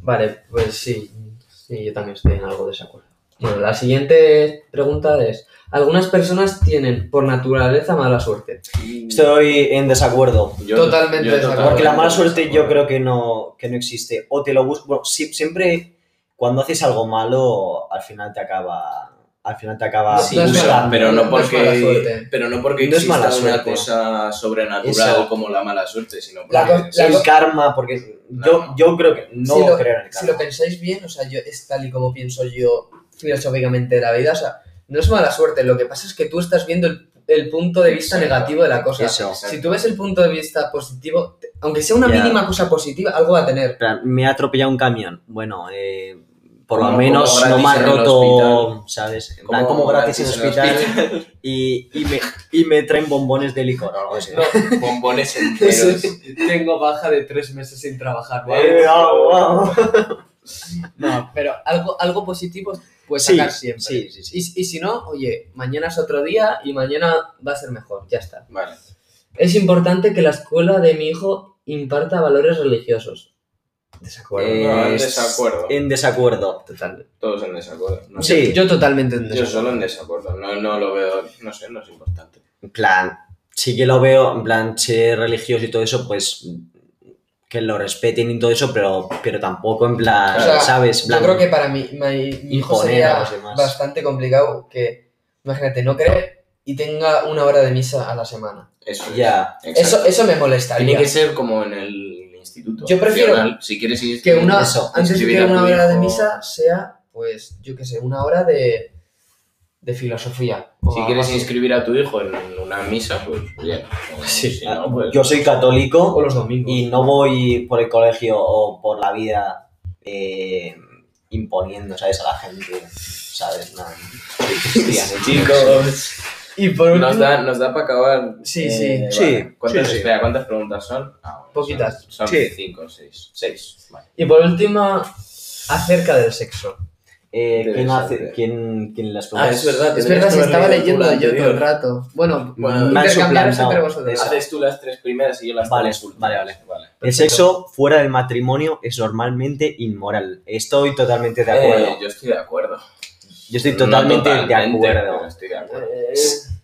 B: Vale, pues sí. Sí, yo también estoy en algo de desacuerdo. Bueno, la siguiente pregunta es: ¿Algunas personas tienen por naturaleza mala suerte?
C: Estoy en desacuerdo.
A: Yo-
B: Totalmente
A: yo
B: desacuerdo.
C: Porque la mala
A: totalmente
C: suerte yo
A: desacuerdo.
C: creo que no, que no existe. O te lo buscas. Bueno, sí, siempre cuando haces algo malo, al final te acaba. Al final te acaba.
B: No,
A: Ah, Sí,
B: no es
A: pero,
B: mala-
A: pero no
B: no es mala
A: porque,
B: suerte.
A: pero no porque
C: No es
A: exista
C: mala
A: una
C: suerte.
A: cosa sobrenatural
C: Eso.
A: como la mala suerte, sino porque...
B: La co- la
C: el
B: co-
C: karma, porque yo,
A: No.
C: yo creo que no
B: si lo,
C: creo en el
B: si
C: karma.
B: lo pensáis bien, o sea, yo es tal y como pienso yo filosóficamente de la vida, o sea, no es mala suerte, lo que pasa es que tú estás viendo el, el punto de vista
A: Exacto.
B: negativo de la cosa.
C: Eso.
B: Si tú ves el punto de vista positivo, te- aunque sea una
C: Ya.
B: mínima cosa positiva, algo va a tener.
C: En plan, Me ha atropellado un camión. Bueno, eh, por lo
A: Como-
C: menos
A: como
C: no me ha
A: gratis en el
C: roto, ¿sabes? En plan,
A: Como
C: como gratis en el
A: gratis en el
C: hospital y, y, me, y me traen bombones de licor o algo así.
B: No,
A: Bombones enteros.
B: Tengo baja de tres meses sin trabajar,
C: Eh, ah, wow.
B: No, pero algo, algo positivo puedes
C: Sí,
B: sacar siempre.
C: sí, sí, sí.
B: Y, y si no, oye, mañana es otro día y mañana va a ser mejor, ya está.
A: Vale.
B: Es importante que la escuela de mi hijo imparta valores religiosos. Desacuerdo.
A: Eh, no, en
C: Es-
A: desacuerdo.
C: En desacuerdo.
B: Total.
A: Todos en desacuerdo. No
C: Sí.
B: Yo totalmente en
A: Yo
B: desacuerdo.
A: solo en desacuerdo, no, no lo veo, no sé, no es importante.
C: en plan, sí que lo veo, en plan, ser religioso y todo eso, pues que lo respeten y todo eso, pero, pero tampoco en plan,
B: O sea,
C: ¿sabes? En
B: Yo
C: plan,
B: creo que para mí, mi, mi hijo
C: imponer
B: sería
C: a los demás.
B: bastante complicado que, imagínate, no cree y tenga una hora de misa a la semana.
A: Eso es.
C: Ya,
A: Exacto.
B: Eso, eso me
A: Tiene
B: molestaría.
A: que ser como en el instituto.
B: Yo prefiero
A: nacional, si quieres ir-
B: que una,
C: Eso,
B: antes de
A: inscribir
B: que
A: a tu
B: una hora de
A: hijo.
B: misa sea, pues, yo qué sé, una hora de, de filosofía. o
A: Si
B: algo
A: quieres
B: así.
A: inscribir a tu hijo en una misa, pues bien. O
C: sí.
A: si no, pues-
C: Ah, yo soy católico
B: O los domingos.
C: y no voy por el colegio o por la vida eh, imponiendo, ¿sabes? A la gente, ¿sabes? No. Cristiano,
A: pues, Chicos,
B: Y por último...
A: nos da, nos da para acabar. Eh,
B: Sí, sí.
C: Sí,
A: vale. ¿Cuántas,
C: sí, sí.
A: espera, ¿cuántas preguntas son? Ah, bueno,
B: Poquitas.
A: Son, son
C: Sí.
A: cinco o seis. Seis. Vale.
B: Y por último, acerca del sexo.
C: Eh, ¿quién,
A: Interesante.
C: hace, quién, quién las
A: Ah, es verdad.
B: Es
A: tenías
B: verdad,
A: que
B: si
A: haber leído
B: estaba
A: tú
B: leyendo
A: la
B: yo todo el
A: anterior.
B: rato. Bueno,
C: Bueno,
B: bueno
C: me han
B: intercambiaros
C: suplantado.
B: entre vosotros.
C: Esa.
A: Haces tú las tres primeras y yo las
C: Vale,
A: tres últimas.
C: vale, vale.
A: vale.
C: El sexo fuera del matrimonio es normalmente inmoral. Estoy totalmente de acuerdo.
A: Eh, yo estoy de acuerdo.
C: yo estoy totalmente,
A: No totalmente,
C: de
A: pero
C: acuerdo.
A: Estoy de acuerdo.
B: Eh,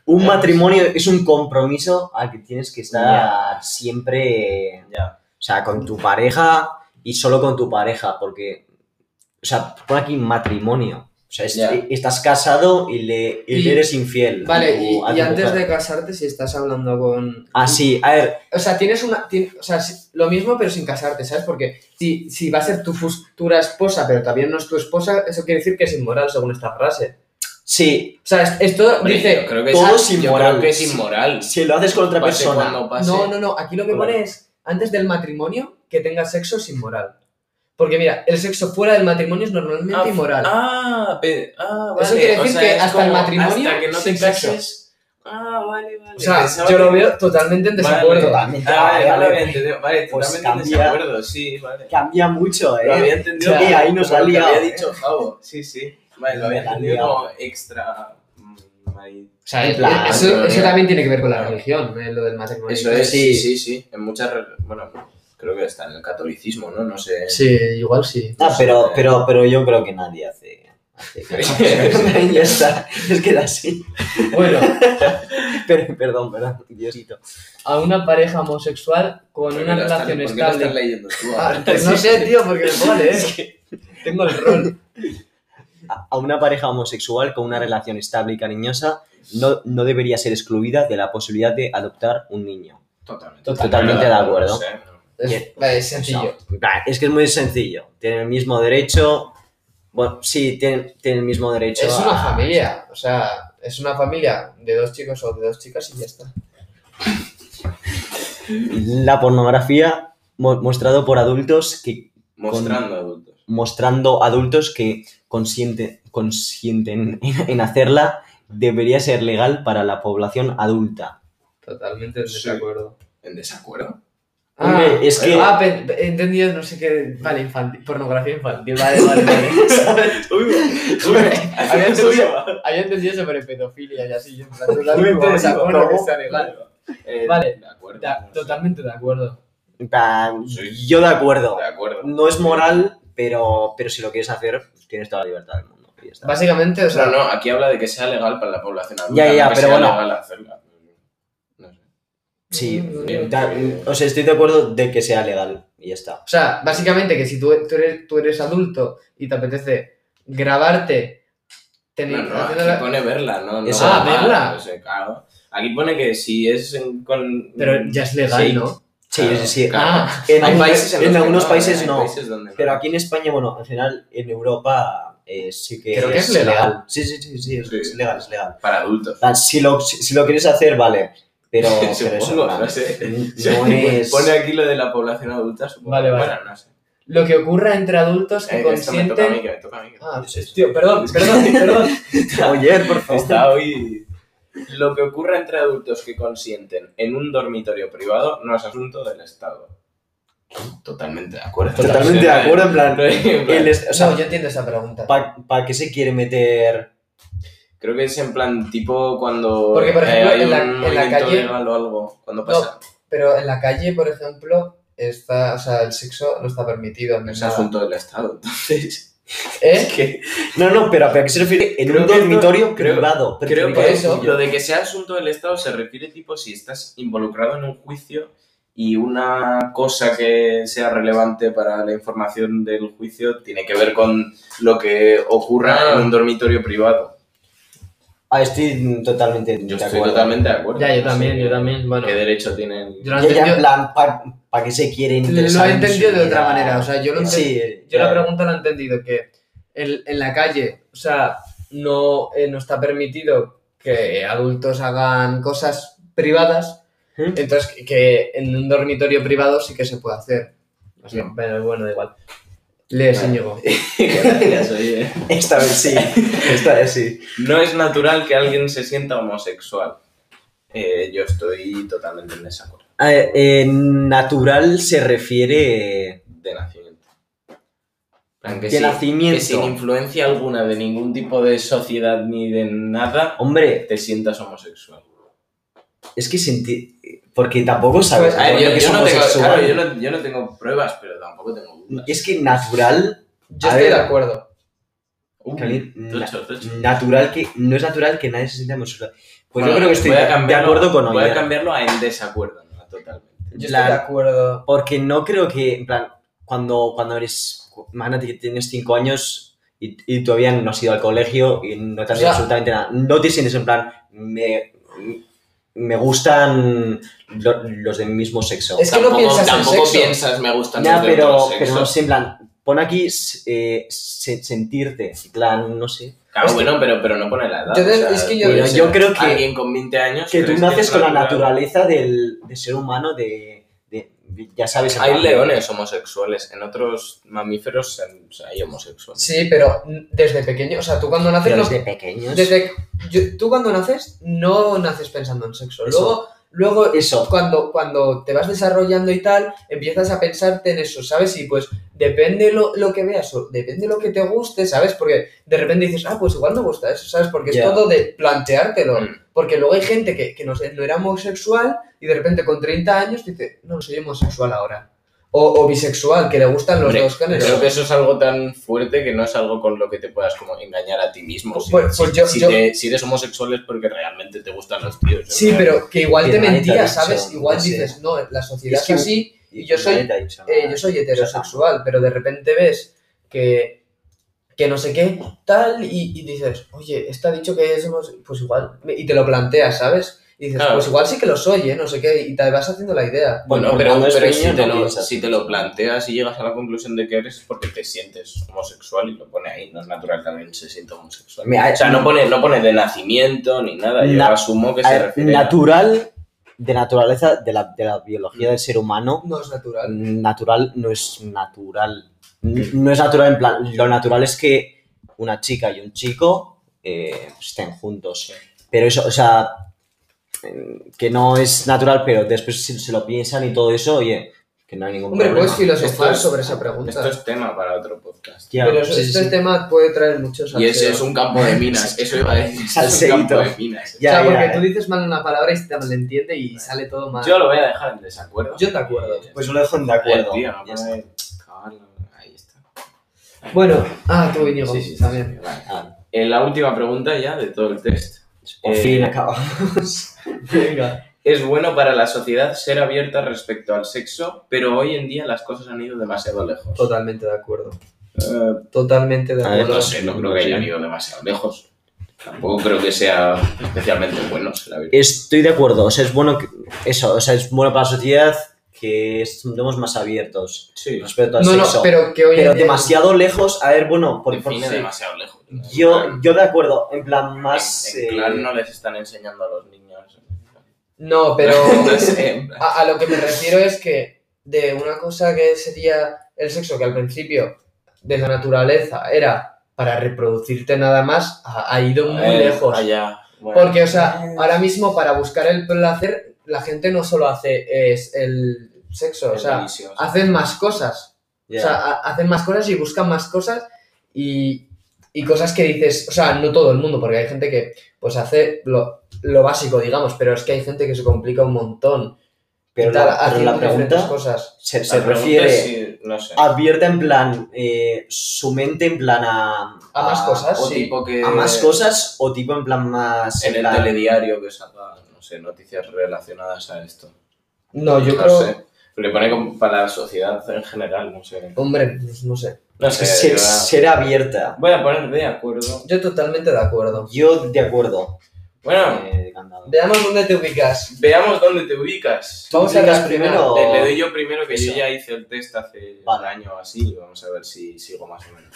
C: Un
A: Eh,
C: matrimonio es un compromiso al que tienes que estar
A: Ya.
C: siempre, eh, o sea, con tu pareja y solo con tu pareja, porque, o sea, pon aquí matrimonio. O sea, es- e,
A: Ya.
C: estás casado y le, y
B: Y-
C: le eres infiel.
B: Vale,
C: a tu-
B: y,
C: a tu
B: y antes
C: mujer.
B: de casarte, si estás hablando con.
C: Ah, sí, a ver,
B: O sea, tienes una. tien- o sea, si- lo mismo, pero sin casarte, ¿sabes? Porque si, si va a ser tu futura esposa, pero también no es tu esposa, eso quiere decir que es inmoral, según esta frase.
C: sí,
B: O sea, es- esto
A: Hombre,
B: dice.
A: yo creo que
C: todo
A: es,
C: es
A: yo
C: inmoral.
A: creo que es inmoral.
C: si lo haces con otra
A: Pase
C: persona.
A: cuando pase.
B: No, no, no. Aquí lo que
C: Vale.
B: pone es. Antes del matrimonio, que tengas sexo es inmoral. Porque mira, el sexo fuera del matrimonio es normalmente
A: Ah,
B: inmoral.
A: Ah, pe- ah, vale.
B: Eso quiere
A: O
B: decir
A: sea,
B: que
A: es
B: hasta el
A: como
B: matrimonio
A: Hasta que no te
B: sin sexo.
A: cases. Ah, vale, vale.
B: o sea,
A: Pensaba
B: yo lo
A: que-
B: veo totalmente en
A: Vale,
B: desacuerdo.
A: Vale,
C: Ah,
A: vale,
C: vale,
A: vale,
C: vale.
A: entiendo. Vale,
C: Pues
A: totalmente en
C: cambia.
A: desacuerdo, sí, vale.
C: Cambia mucho,
A: Lo había
C: ¿eh?
A: entendido.
C: Sí, ahí nos
A: como
C: ha
A: lo que
C: liado,
A: había
C: ¿eh?
A: dicho Javo. Sí, sí. Vale, lo había
C: Nos ha
A: entendido
C: liado.
A: como extra. mm, ahí.
B: O sea,
C: En
B: eh,
C: plan,
B: eso,
A: teoría.
B: eso también tiene que ver con la religión, eh, lo del matrimonio.
A: Eso es, sí,
C: sí.
A: Pues sí, sí. En muchas. re- Bueno, creo que está en el catolicismo, ¿no? No sé.
B: Sí, igual sí.
C: Ah, pero, pero, pero yo creo que nadie hace. hace ya está, es que era así.
B: Bueno,
C: Pero, perdón, perdón, Diosito.
B: a una pareja homosexual con
A: Porque
B: una
A: lo están-
B: relación
A: ¿por qué lo estás
B: estable.
A: leyendo tú
B: Ah,
A: ahora?
B: pues no
A: Sí,
B: sé,
A: sí.
B: tío, porque me pone, eh.
C: Es que
B: Tengo el rol.
C: a a una pareja homosexual con una relación estable y cariñosa no, no debería ser excluida de la posibilidad de adoptar un niño.
A: Totalmente.
C: Totalmente de acuerdo.
A: No sé, no.
B: Es, vale, es sencillo.
C: No, en plan, es que es muy sencillo. Tienen el mismo derecho. Bueno, sí, tienen, tienen el mismo derecho.
B: Es una
C: a-
B: familia, o sea, es una familia de dos chicos o de dos chicas y ya está.
C: La pornografía mo- mostrado por adultos que
A: Mostrando adultos.
C: mostrando adultos que consienten, consienten en, en hacerla debería ser legal para la población adulta.
B: Totalmente en
A: Sí.
B: desacuerdo.
A: ¿En desacuerdo?
B: Ah,
C: Hombre, es que-
B: ah, pe- pe- he entendido, no sé qué. Vale, infantil, pornografía infantil, vale, vale, vale. ¿Sabes? Había entendido, había entendido sobre pedofilia y así. yo en plan, Totalmente de desacuerdo que sea legal.
A: Eh,
B: Vale.
A: De acuerdo.
B: Ta-
A: no sé.
B: Totalmente de acuerdo.
C: En plan,
A: Sí.
C: Yo de acuerdo.
A: De acuerdo.
C: No es moral, pero, pero si lo quieres hacer, pues tienes toda la libertad del mundo. y ya está.
B: Básicamente, o sea,
A: No, no, aquí habla de que sea legal para la población adulta.
C: Ya, ya,
A: no que
C: pero
A: sea
C: bueno.
A: legal hacerla. No sé.
C: Sí,
B: Mm.
C: da- o sea, estoy de acuerdo de que sea legal y ya está.
B: O sea, básicamente que si tú, tú eres, tú eres adulto y te apetece grabarte
A: No,
B: teniendo...
A: no, aquí
B: haciendo la-
A: pone verla, ¿no? no
C: Eso,
A: grabar,
B: Ah, verla.
A: no sé, claro. Aquí pone que si es en- con...
B: Pero ya es legal,
C: Sí.
B: ¿no?
C: Sí,
A: Claro,
C: sí, sí.
A: claro.
B: Ah,
C: En,
A: Hay
C: algún-
A: países en
C: en
A: los que
C: algunos
A: no,
C: países
A: hay
C: no.
A: países donde no.
C: Pero aquí en España, bueno, en general, en Europa eh, sí que
B: Creo que es legal.
C: Sí, sí, sí, sí, es-
A: Sí.
C: es legal, es legal.
A: Para adultos.
C: Ah, Si lo, si, si lo quieres hacer, vale. Pero, pero eso
A: Supongo,
C: no,
A: no sé.
C: no es.
A: Pone aquí lo de la población adulta, supongo.
B: Vale, vale.
A: Bueno, no sé.
B: Lo que ocurra entre adultos que
A: Eh, esto me toca a mí,
B: consienten...
A: que me toca a mí. que-
B: Ah, tío, perdón, perdón, perdón.
C: Oye, por favor.
A: Está hoy. Lo que ocurra entre adultos que consienten en un dormitorio privado no es asunto del Estado. Totalmente de acuerdo.
C: Totalmente de acuerdo, en plan.
A: En plan,
C: Él es- o sea,
B: no, yo entiendo esa pregunta.
C: ¿Para qué se quiere meter?
A: Creo que es en plan tipo cuando eh,
B: Porque, por ejemplo,
A: hay
B: en la-
A: un
B: en la
A: movimiento
B: calle-
A: legal o algo, cuando pasa,
B: Pero en la calle, por ejemplo, está, o sea, el sexo no está permitido.
A: no
B: ni
A: es
B: nada.
A: asunto del Estado. Entonces,
B: ¿Eh?
A: Es que
C: No, no, pero ¿a qué se refiere? En
A: Creo
C: un
A: que esto-
C: dormitorio
A: creo-
C: privado.
A: creo
B: por
A: que
B: eso-
A: eso, lo de que sea asunto del Estado se refiere tipo si estás involucrado en un juicio y una cosa que sea relevante para la información del juicio tiene que ver con lo que ocurra
B: Ah.
A: en un dormitorio privado.
C: Ah, estoy totalmente
A: Yo
C: de
A: estoy
C: acuerdo.
A: totalmente de acuerdo.
B: Ya, yo
A: No
B: también,
A: sé
B: yo también. Bueno,
A: ¿Qué derecho tienen?
B: yo
C: Ya,
B: lo
C: ya,
B: entendí-
C: en plan, ¿para qué se quiere
B: lo
C: interesar?
B: he
C: en su
B: entendido de otra
C: vida?
B: manera. O sea, yo lo entendí.
C: Sí, eh,
B: Yo
A: Ya.
B: la pregunta la he entendido, que en, en la calle, o sea, no, eh, no está permitido que adultos hagan cosas privadas,
C: ¿Mm?
B: entonces que- que en un dormitorio privado sí que se puede hacer. O sea,
A: Bien.
B: pero bueno, da igual. Lees,
A: Vale.
B: Íñigo.
A: Gracias, oye.
C: esta vez sí. Esta vez sí.
A: eh. No es natural que alguien se sienta homosexual. Eh, yo estoy totalmente en desacuerdo.
C: Ah, eh, eh, natural se refiere
A: De nacimiento. Aunque
C: de
A: sí, que
C: nacimiento.
A: sin influencia alguna de ningún tipo de sociedad ni de nada,
C: Hombre,
A: te sientas homosexual.
C: es que sentí. Porque tampoco sabes.
A: Pues, A ver,
C: coño,
A: yo,
C: que
A: yo no
C: es
A: tengo,
C: homosexual.
A: claro, yo no- yo no tengo pruebas, pero tampoco tengo dudas.
C: Es que natural.
B: Yo
C: A
B: estoy
C: ver.
B: de acuerdo.
A: Uy,
C: Cali-
A: Uh, tocho,
C: Pues
A: tocho.
C: Natural que. No es natural que nadie se sienta homosexual. Pues yo
A: Bueno,
C: creo que estoy
A: voy a
C: de
A: cambiarlo-
C: acuerdo con
A: Voy a
C: Oyer.
A: cambiarlo a en desacuerdo, ¿no? totalmente.
B: Yo
C: La-
B: estoy de acuerdo.
C: Porque no creo que, en plan, cuando, cuando eres, imagínate que tienes 5 años y, y todavía no has ido al colegio y no te has
B: O sea-
C: absolutamente nada, no te sientes en plan, me, me gustan lo- los del mismo sexo.
B: Es que no
A: Tampoco-
B: piensas en
A: tampoco
B: sexo.
A: piensas, me gustan
C: Ya,
A: los de
C: pero,
A: otro sexo.
C: pero no sé, en plan, pon aquí eh, se- sentirte, en plan, no sé.
A: Claro,
B: Es que-
A: bueno, pero, pero no pone la edad.
B: Yo de- es que yo-
A: puede
C: Bueno,
A: ser
C: yo creo que-
A: Alguien con 20 años...
C: Que tú
A: crees
C: naces
A: es
C: con la
A: natural.
C: naturaleza del, de ser humano, de, de- ya sabes. en
A: Hay
C: plan-
A: leones homosexuales. En otros mamíferos se- o sea, hay homosexuales.
B: Sí, pero mm, desde pequeño, o sea, tú cuando naces
C: Pero
B: no
C: desde pequeños.
B: Desde yo- tú cuando naces no naces pensando en sexo.
C: Eso.
B: Luego, luego
C: Eso.
B: cuando, cuando te vas desarrollando y tal, empiezas a pensarte en eso, ¿sabes? Y pues depende lo, lo que veas o depende lo que te guste, ¿sabes? Porque de repente dices, ah, pues igual me gusta eso, ¿sabes? Porque es
C: Ya.
B: todo de planteártelo.
A: Mm.
B: Porque luego hay gente que, que no, sé, no era homosexual y de repente con 30 años dice, no, soy homosexual ahora. O, o bisexual, que le gustan los
A: Hombre,
B: dos géneros.
A: Creo que eso es algo tan fuerte que no es algo con lo que te puedas como engañar a ti mismo. Si,
B: Pues- pues
A: si-
B: yo-
A: si
B: yo-
A: te- si eres homosexual es porque realmente te gustan los tíos.
B: Sí,
A: ¿no?
B: pero que igual
C: Que
B: te
C: nadie te ha
B: mentía,
C: dicho,
B: ¿sabes? Igual
C: no sé.
B: dices, no, la sociedad
C: Es que-
B: es así y yo soy,
C: Nadie te ha dicho
B: eh,
C: nada.
B: yo soy heterosexual, pero de repente ves que, que no sé qué tal y, y dices, oye, está dicho que es homose-". pues igual, y te lo planteas, ¿sabes? Y dices,
A: Claro.
B: pues igual sí que lo soy, ¿eh? No sé qué, y te vas haciendo la idea.
A: Bueno,
C: Bueno,
A: pero,
C: cuando es
A: pero
C: pequeño
A: si, te
C: no
A: lo,
C: piensas
A: si te lo planteas y llegas a la conclusión de que eres es porque te sientes homosexual y lo pone ahí, no es natural también se sienta homosexual.
C: Mira,
A: O
B: eh,
A: sea, no pone, no pone de nacimiento ni nada, yo
C: Na-
A: asumo que
C: A
A: se
C: ver,
A: refiere a-
C: natural, de naturaleza, de la, de la biología del ser humano,
B: No es natural.
C: natural no es natural. N- No es natural en plan, lo natural es que una chica y un chico eh, estén juntos. Pero eso, o sea, eh, que no es natural, pero después si se lo piensan y todo eso, oye, que no hay ningún
B: Hombre,
C: problema.
A: pues
B: puedes filosofar
A: Esto es-
B: sobre esa pregunta.
A: Esto es tema para otro podcast.
C: Ya,
B: pero eso-
C: sí, sí,
B: este
C: sí.
B: tema puede traer muchos
A: Y ese
B: salseos.
A: es un campo de minas, eso iba a decir. Es un
C: Salseíto.
A: campo de minas.
C: Ya,
B: o sea,
C: ya,
B: porque
C: eh.
B: tú dices mal una palabra y se te malentiende y sale todo mal.
A: Yo lo voy a dejar en desacuerdo.
B: Yo te acuerdo.
C: Pues yo lo dejo en de
A: Joder,
C: acuerdo.
A: tío, no
C: Ya
A: pone-
C: está.
A: Cabrón, ahí está.
B: Bueno, ah, tú, Íñigo,
A: Sí, sí, sí,
B: también.
A: sí, vale.
C: Ah,
A: Eh, la última pregunta ya de todo el test.
C: por
A: Eh,
C: fin acabamos.
B: Venga.
A: Es bueno para la sociedad ser abierta respecto al sexo, pero hoy en día las cosas han ido demasiado lejos.
B: Totalmente de acuerdo.
A: Eh,
B: Totalmente de
C: A ver,
B: acuerdo.
A: no sé, no creo que hayan ido demasiado lejos. Tampoco creo que sea especialmente bueno ser abierto.
C: Estoy de acuerdo, o sea, es bueno que- eso, o sea, es bueno para la sociedad que estemos más abiertos
A: Sí,
C: respecto al
B: no, no,
C: sexo.
B: pero que hoy
C: Pero
B: en día-
C: demasiado lejos, a ver, bueno, por, por
A: define
C: sí.
A: demasiado lejos. ¿no?
C: yo, yo de acuerdo, en plan más
A: En- en
C: eh,
A: claro, no les están enseñando a los niños.
B: No, pero
A: No sé, en plan.
B: a, a lo que me refiero es que de una cosa que sería el sexo, que al principio, desde la naturaleza, era para reproducirte nada más, ha, ha ido muy
A: Eh,
B: lejos.
A: Allá. Bueno.
B: Porque, o sea, ahora mismo para buscar el placer, la gente no solo hace es el sexo, o
A: Es
B: sea,
A: delicioso.
B: hacen más cosas.
C: ya.
B: O sea, ha- hacen más cosas y buscan más cosas y, y cosas que dices, o sea, no todo el mundo, porque hay gente que pues hace lo, lo básico, digamos, pero es que hay gente que se complica un montón.
C: Pero
B: y tal,
C: la, pero
B: haciendo
C: la
B: diferentes
C: pregunta
B: cosas.
C: se, se
A: La pregunta
C: refiere...
A: es si- no sé.
C: Advierte en plan, eh, su mente en plan a...
B: A más cosas.
A: o
B: sí.
A: tipo que
C: A más cosas o tipo en plan más...
A: en el
C: plan-
A: telediario que salga, no sé, noticias relacionadas a esto.
B: No, yo
A: no
B: creo.
A: sé. Le pone como para la sociedad en general, no sé.
B: Hombre, pues no sé.
A: No sé,
C: se- se-
A: yo-
C: ser abierta.
A: Voy a poner de acuerdo.
B: Yo totalmente de acuerdo.
C: Yo de acuerdo.
A: Bueno,
C: eh, candado.
B: Veamos dónde te ubicas.
A: veamos dónde te ubicas.
C: ¿Tú
B: Vamos a
C: digas
B: reaccionar.
C: primero?
A: Le, le doy yo primero que yo
C: Eso.
A: ya hice el test hace
C: Vale.
A: un año o así, y vamos a ver si sigo más o menos.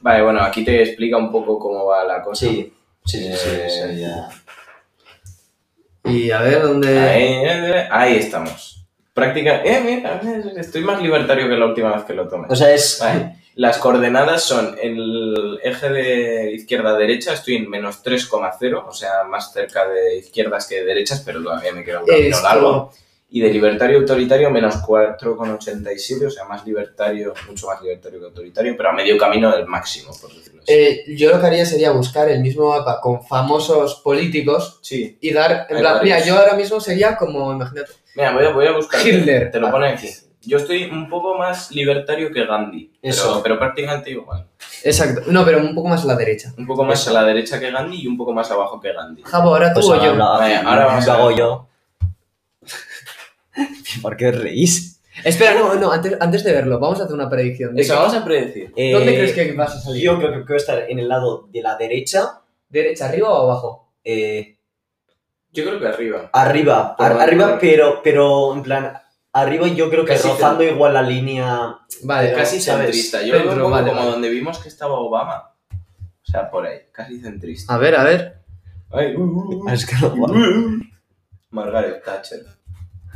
A: Vale, bueno, aquí te explica un poco cómo va la cosa.
C: Sí, sí, sí, sí,
A: Eh,
C: sí, ya.
B: Y a ver dónde.
A: Ahí, ahí estamos. Práctica. Eh, mira, estoy más libertario que la última vez que lo tomé.
C: O sea, es...
A: Vale. Las coordenadas son en el eje de izquierda a derecha, estoy en menos 3,0, o sea, más cerca de izquierdas que de derechas, pero todavía me queda un camino
B: Esto-
A: largo. Y de libertario a autoritario, menos 4,87, o sea, más libertario, mucho más libertario que autoritario, pero a medio camino del máximo, por decirlo así.
B: Eh, yo lo que haría sería buscar el mismo mapa con famosos políticos
A: sí.
B: y dar. En
A: Hay
B: plan, mira,
A: varios.
B: yo ahora mismo sería como, imagínate.
A: Mira, voy a, voy a buscar.
B: Hitler. Ah,
A: Te lo pone aquí. Yo estoy un poco más libertario que Gandhi. Pero,
C: Eso.
A: pero prácticamente igual.
B: Exacto. No, pero un poco más a la derecha.
A: Un poco más a la derecha que Gandhi y un poco más abajo que Gandhi.
B: Jabo, ahora tú
C: Pues
B: o yo.
C: ahora, lo-
A: Vale, ahora vamos
C: lo
A: a-
C: hago yo. ¿Por qué os reís?
B: Espera, no, no, antes, antes de verlo, vamos a hacer una predicción. de
A: Eso,
B: que-
A: vamos a predecir.
B: ¿Dónde
C: Eh,
B: crees que vas a salir?
C: Yo creo que voy a estar en el lado de la derecha,
B: ¿Derecha, arriba o abajo?
C: eh,
A: Yo creo que arriba.
C: arriba,
A: Por
C: ar-
A: la-
C: arriba, pero, pero en plan, arriba yo creo que
A: Casi
C: rozando igual la línea.
B: Vale,
A: casi
C: ¿sabes?
A: centrista. Yo lo veo
B: Centro,
A: un poco
B: vale,
A: como
B: vale.
A: donde vimos que estaba Obama. O sea, por ahí, casi centrista.
B: A ver, a ver.
A: Ay, uh, uh, uh.
C: Es que no-
B: uh.
A: Margaret Thatcher.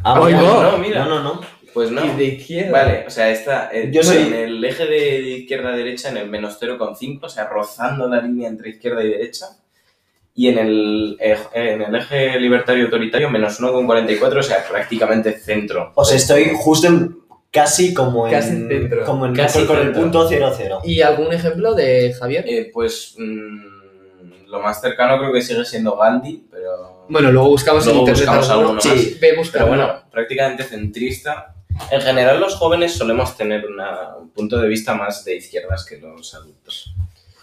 C: Ah,
B: Ay,
C: mira,
B: no.
A: No, mira.
C: No, no, no.
A: Pues no.
B: Y de izquierda.
A: Vale, o sea, está eh,
C: Yo soy-
A: en el eje de izquierda a derecha, en el menos 0,5, o sea, rozando la línea entre izquierda y derecha. Y en el, eh, en el eje libertario autoritario, menos 1,44, o sea, prácticamente centro.
C: O sea, estoy justo en- casi como en.
B: Casi dentro.
C: Como en-
A: Casi
C: con- con el
A: dentro.
C: punto 00.
B: ¿Y algún ejemplo de Javier?
A: Eh, pues mm, lo más cercano creo que sigue siendo Gandhi, pero...
B: Bueno, luego buscamos en
A: Luego
B: internet
A: buscamos
B: alguno.
A: alguno
C: Sí.
A: más.
B: Ve buscando.
A: Pero bueno, prácticamente centrista. En general los jóvenes solemos tener una- un punto de vista más de izquierdas que los adultos.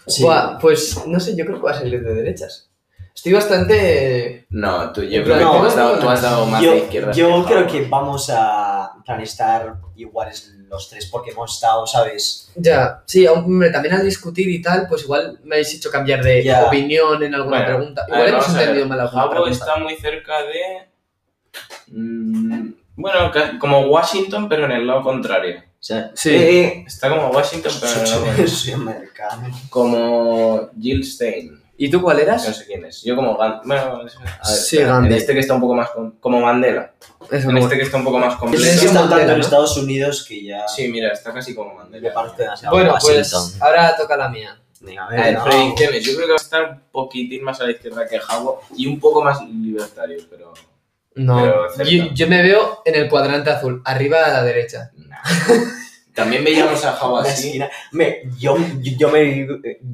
C: Sí.
B: Buah, pues no sé, yo creo que va a salir de derechas. Estoy bastante.
A: No, tú, yo
B: No,
A: creo que tú,
C: no,
A: has dado, tú has dado más
C: yo
A: de izquierdas.
C: yo
A: por
C: creo
A: favor.
C: que vamos a en plan, estar iguales los tres porque hemos estado, ¿sabes?
B: Ya, sí, hombre, también al discutir y tal, pues igual me habéis hecho cambiar de
C: Ya.
B: opinión en alguna
A: Bueno,
B: pregunta.
A: a
B: Igual
A: ver,
B: hemos
A: vamos a ver.
B: entendido mal alguna
A: Jabo
B: pregunta.
A: está muy cerca de... mm, bueno, ca- como Washington, pero en el lado contrario.
C: O sea,
B: Sí. Ah,
C: eh,
A: Está como Washington, pero en el lado contrario.
C: soy americano.
A: Como Jill Stein.
B: ¿Y tú cuál
A: No
B: eras?
A: sé quién es. Yo como Gandhi. Bueno, Pues, a ver,
B: Sí,
A: espera,
B: Gandhi.
A: En este que está un poco más... con- como Mandela.
B: Eso
A: En este que está un poco más
C: Pues
A: completo.
C: es que están
B: Mandela,
C: tanto en
B: ¿no?
C: Estados Unidos que ya
A: Sí, mira, está casi como
C: me
A: Mandela.
C: parece demasiado.
B: Bueno, pues eh,
C: Washington.
B: ahora toca la mía.
C: Venga, a
A: A
C: ver,
A: ver,
C: no.
A: predicciones. Yo creo que va a estar un poquitín más a la izquierda que Jabo y un poco más libertario, pero.
B: No,
A: Pero cerca.
B: yo, yo me veo en el cuadrante azul, arriba a la derecha.
A: nah. También veíamos a Jabo
C: Una
A: así.
C: esquina. Me- yo, yo, yo me,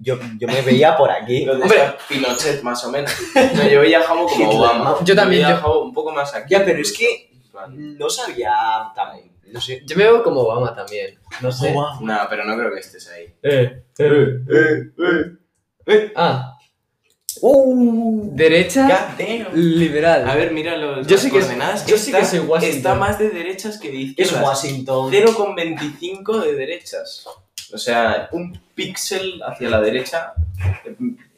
C: yo, yo me veía por aquí.
A: Lo de
B: Hombre.
A: esa Pinochet, más o menos. No, yo veía a Jabo como
C: Hitler,
A: Obama.
B: ¿no? Yo también,
A: veía a
B: yo-
A: Jabo un poco más aquí.
C: Ya, pero es que
A: En plan,
C: no sabía tan- No sé.
B: Yo me veo como Obama también. No sé.
A: Nah, pero no creo que estés ahí.
B: Eh,
C: eh.
B: Ah,
C: Uh,
B: derecha
A: Goddamn.
B: liberal.
A: A ver, mira los
B: Yo sí que-
A: coordenadas.
B: yo sí que
A: Está-
B: soy Washington.
A: Está más de derechas que de
C: es
A: izquierdas.
C: Washington.
A: 0,25 de derechas. O sea, un píxel hacia la derecha,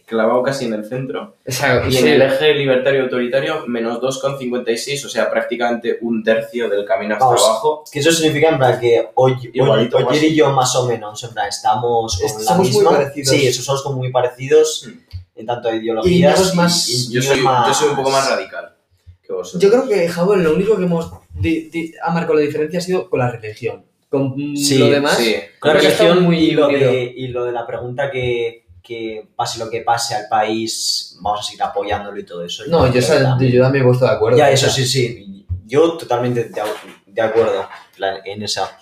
A: clavado casi en el centro.
B: O sea,
A: Y
B: sí.
A: en el eje libertario autoritario, menos 2,56, o sea, prácticamente un tercio del camino hasta
C: Vamos.
A: abajo.
C: Que eso significa en plan que hoy, hoy,
A: Igualito,
C: Oyer y
A: Washington.
C: yo más o menos, en plan, estamos con
B: Es-
C: la
B: somos muy
C: misma.
B: parecidos.
C: Sí, eso somos como muy parecidos
A: Hmm.
C: en tanto a
B: Y
C: ideologías.
B: Íñigo es más-
C: y- y
A: Yo soy,
C: más-
A: yo soy un poco más radical que vosotros.
B: Yo creo que Jabo lo único que hemos di- di- ha marcado la diferencia ha sido con la religión. Con mm,
C: Sí,
B: lo demás.
A: Sí.
C: Con la
B: Creo que está
C: religión
B: muy
C: y lo,
B: unido.
C: de, y lo de la pregunta que, que pase lo que pase al país, vamos a seguir apoyándolo y todo eso.
B: No, yo,
C: Ya,
B: esa- yo también he puesto de acuerdo.
C: Ya, eso sí, sí. Yo totalmente de, au- de acuerdo en plan, en esa.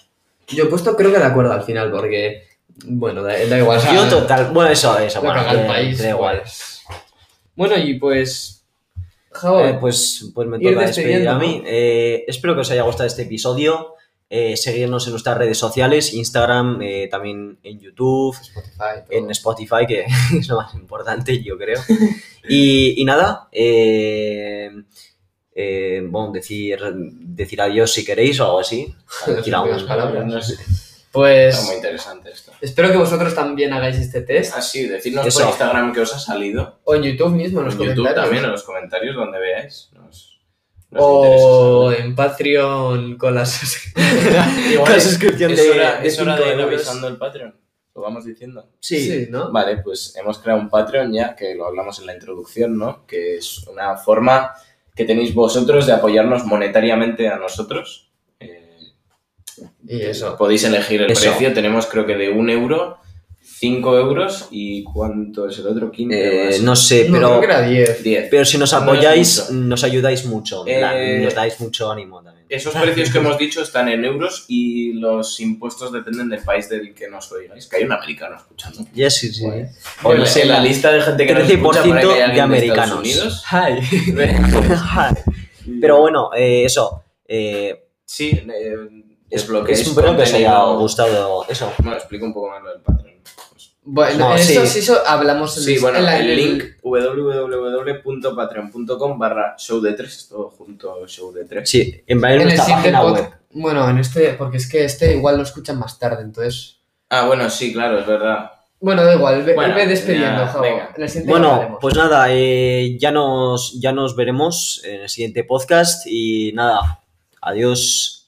B: Yo he puesto creo que de acuerdo al final porque, bueno, da, da igual. o sea,
C: Yo total... Bueno, eso, eso.
B: lo que
C: bueno,
B: haga el
C: que-
B: país.
C: que da igual.
B: pues. Bueno, y pues Jao,
C: Eh, pues, pues me
B: Ir
C: toca despedir
B: despidiendo,
C: a mí.
B: ¿no?
C: Eh, espero que os haya gustado este episodio. Eh, seguirnos en nuestras redes sociales, Instagram, eh, también en YouTube,
B: Spotify, todo.
C: en Spotify, que es lo más importante, yo creo. Y, y nada, eh, eh, bueno, decir, decir adiós si queréis o algo así. Decir algo.
B: Las palabras.
A: No sé, está muy
B: Pues
A: interesante esto.
B: espero que vosotros también hagáis este test.
A: Así, decidnos
C: Eso.
A: por Instagram qué os ha salido.
B: O en YouTube mismo, en los
A: en YouTube
B: comentarios.
A: también, en los comentarios, donde veáis. Nos, nos
B: O
A: interesa
B: en Patreon con las...
A: saber. Igual
C: Con
A: es-
C: suscripción
A: es
C: Pues de-
A: hora,
C: de
A: es hora
C: cinco
A: de ir
C: euros.
A: revisando el Patreon. Lo vamos diciendo.
C: Sí, Eh,
B: ¿no?
A: Vale, pues hemos creado un Patreon ya, que lo hablamos en la introducción, ¿no? Que es una forma que tenéis vosotros de apoyarnos monetariamente a nosotros. Eh,
B: Y eso.
A: Podéis elegir el
C: Eso.
A: precio, tenemos creo que de un euro, cinco euros y ¿cuánto es el otro? 15
C: Eh, no sé,
B: No, creo
C: pero,
B: que era 10.
A: 10.
C: pero si nos
A: No es
C: apoyáis,
A: mucho.
C: nos ayudáis mucho. en plan,
A: Eh,
C: nos dais mucho ánimo también.
A: Esos precios que hemos dicho están en euros y los impuestos dependen del país del que nos oigáis. Que hay un americano escuchando.
C: Ya, sí, sí.
A: Guay.
C: O no
A: en,
C: sé,
A: la
C: la-
A: lista de gente que nos escucha, por ahí que hay
C: 13%
A: alguien
C: de
A: Estados
C: americanos.
A: Unidos.
C: Pero bueno, eh, eso. eh,
A: Sí, eh,
C: es-
A: desbloqueéis
C: espero que os haya
A: contenido.
C: gustado eso.
A: Bueno, explico un poco más lo del Patreon. Pues-
B: Bueno,
C: No,
B: eso,
C: sí.
B: eso hablamos en
A: Sí, bueno,
B: en la-
A: el link www.patreon.com barra show de 3, todo junto show de 3.
C: Sí, en plan,
B: En
C: en
B: el
C: nuestra
B: siguiente
C: página
B: podcast.
C: web.
B: Bueno, en este, porque es que este igual lo escuchan más tarde, entonces.
A: Ah, bueno, sí, claro, es verdad.
B: Bueno, da igual, ve,
A: Bueno,
B: ve despidiendo,
A: ya,
B: Javo.
A: venga.
B: En el siguiente lo
C: Bueno,
B: haremos.
C: pues nada, eh, ya, nos, ya nos veremos en el siguiente podcast y nada, adiós.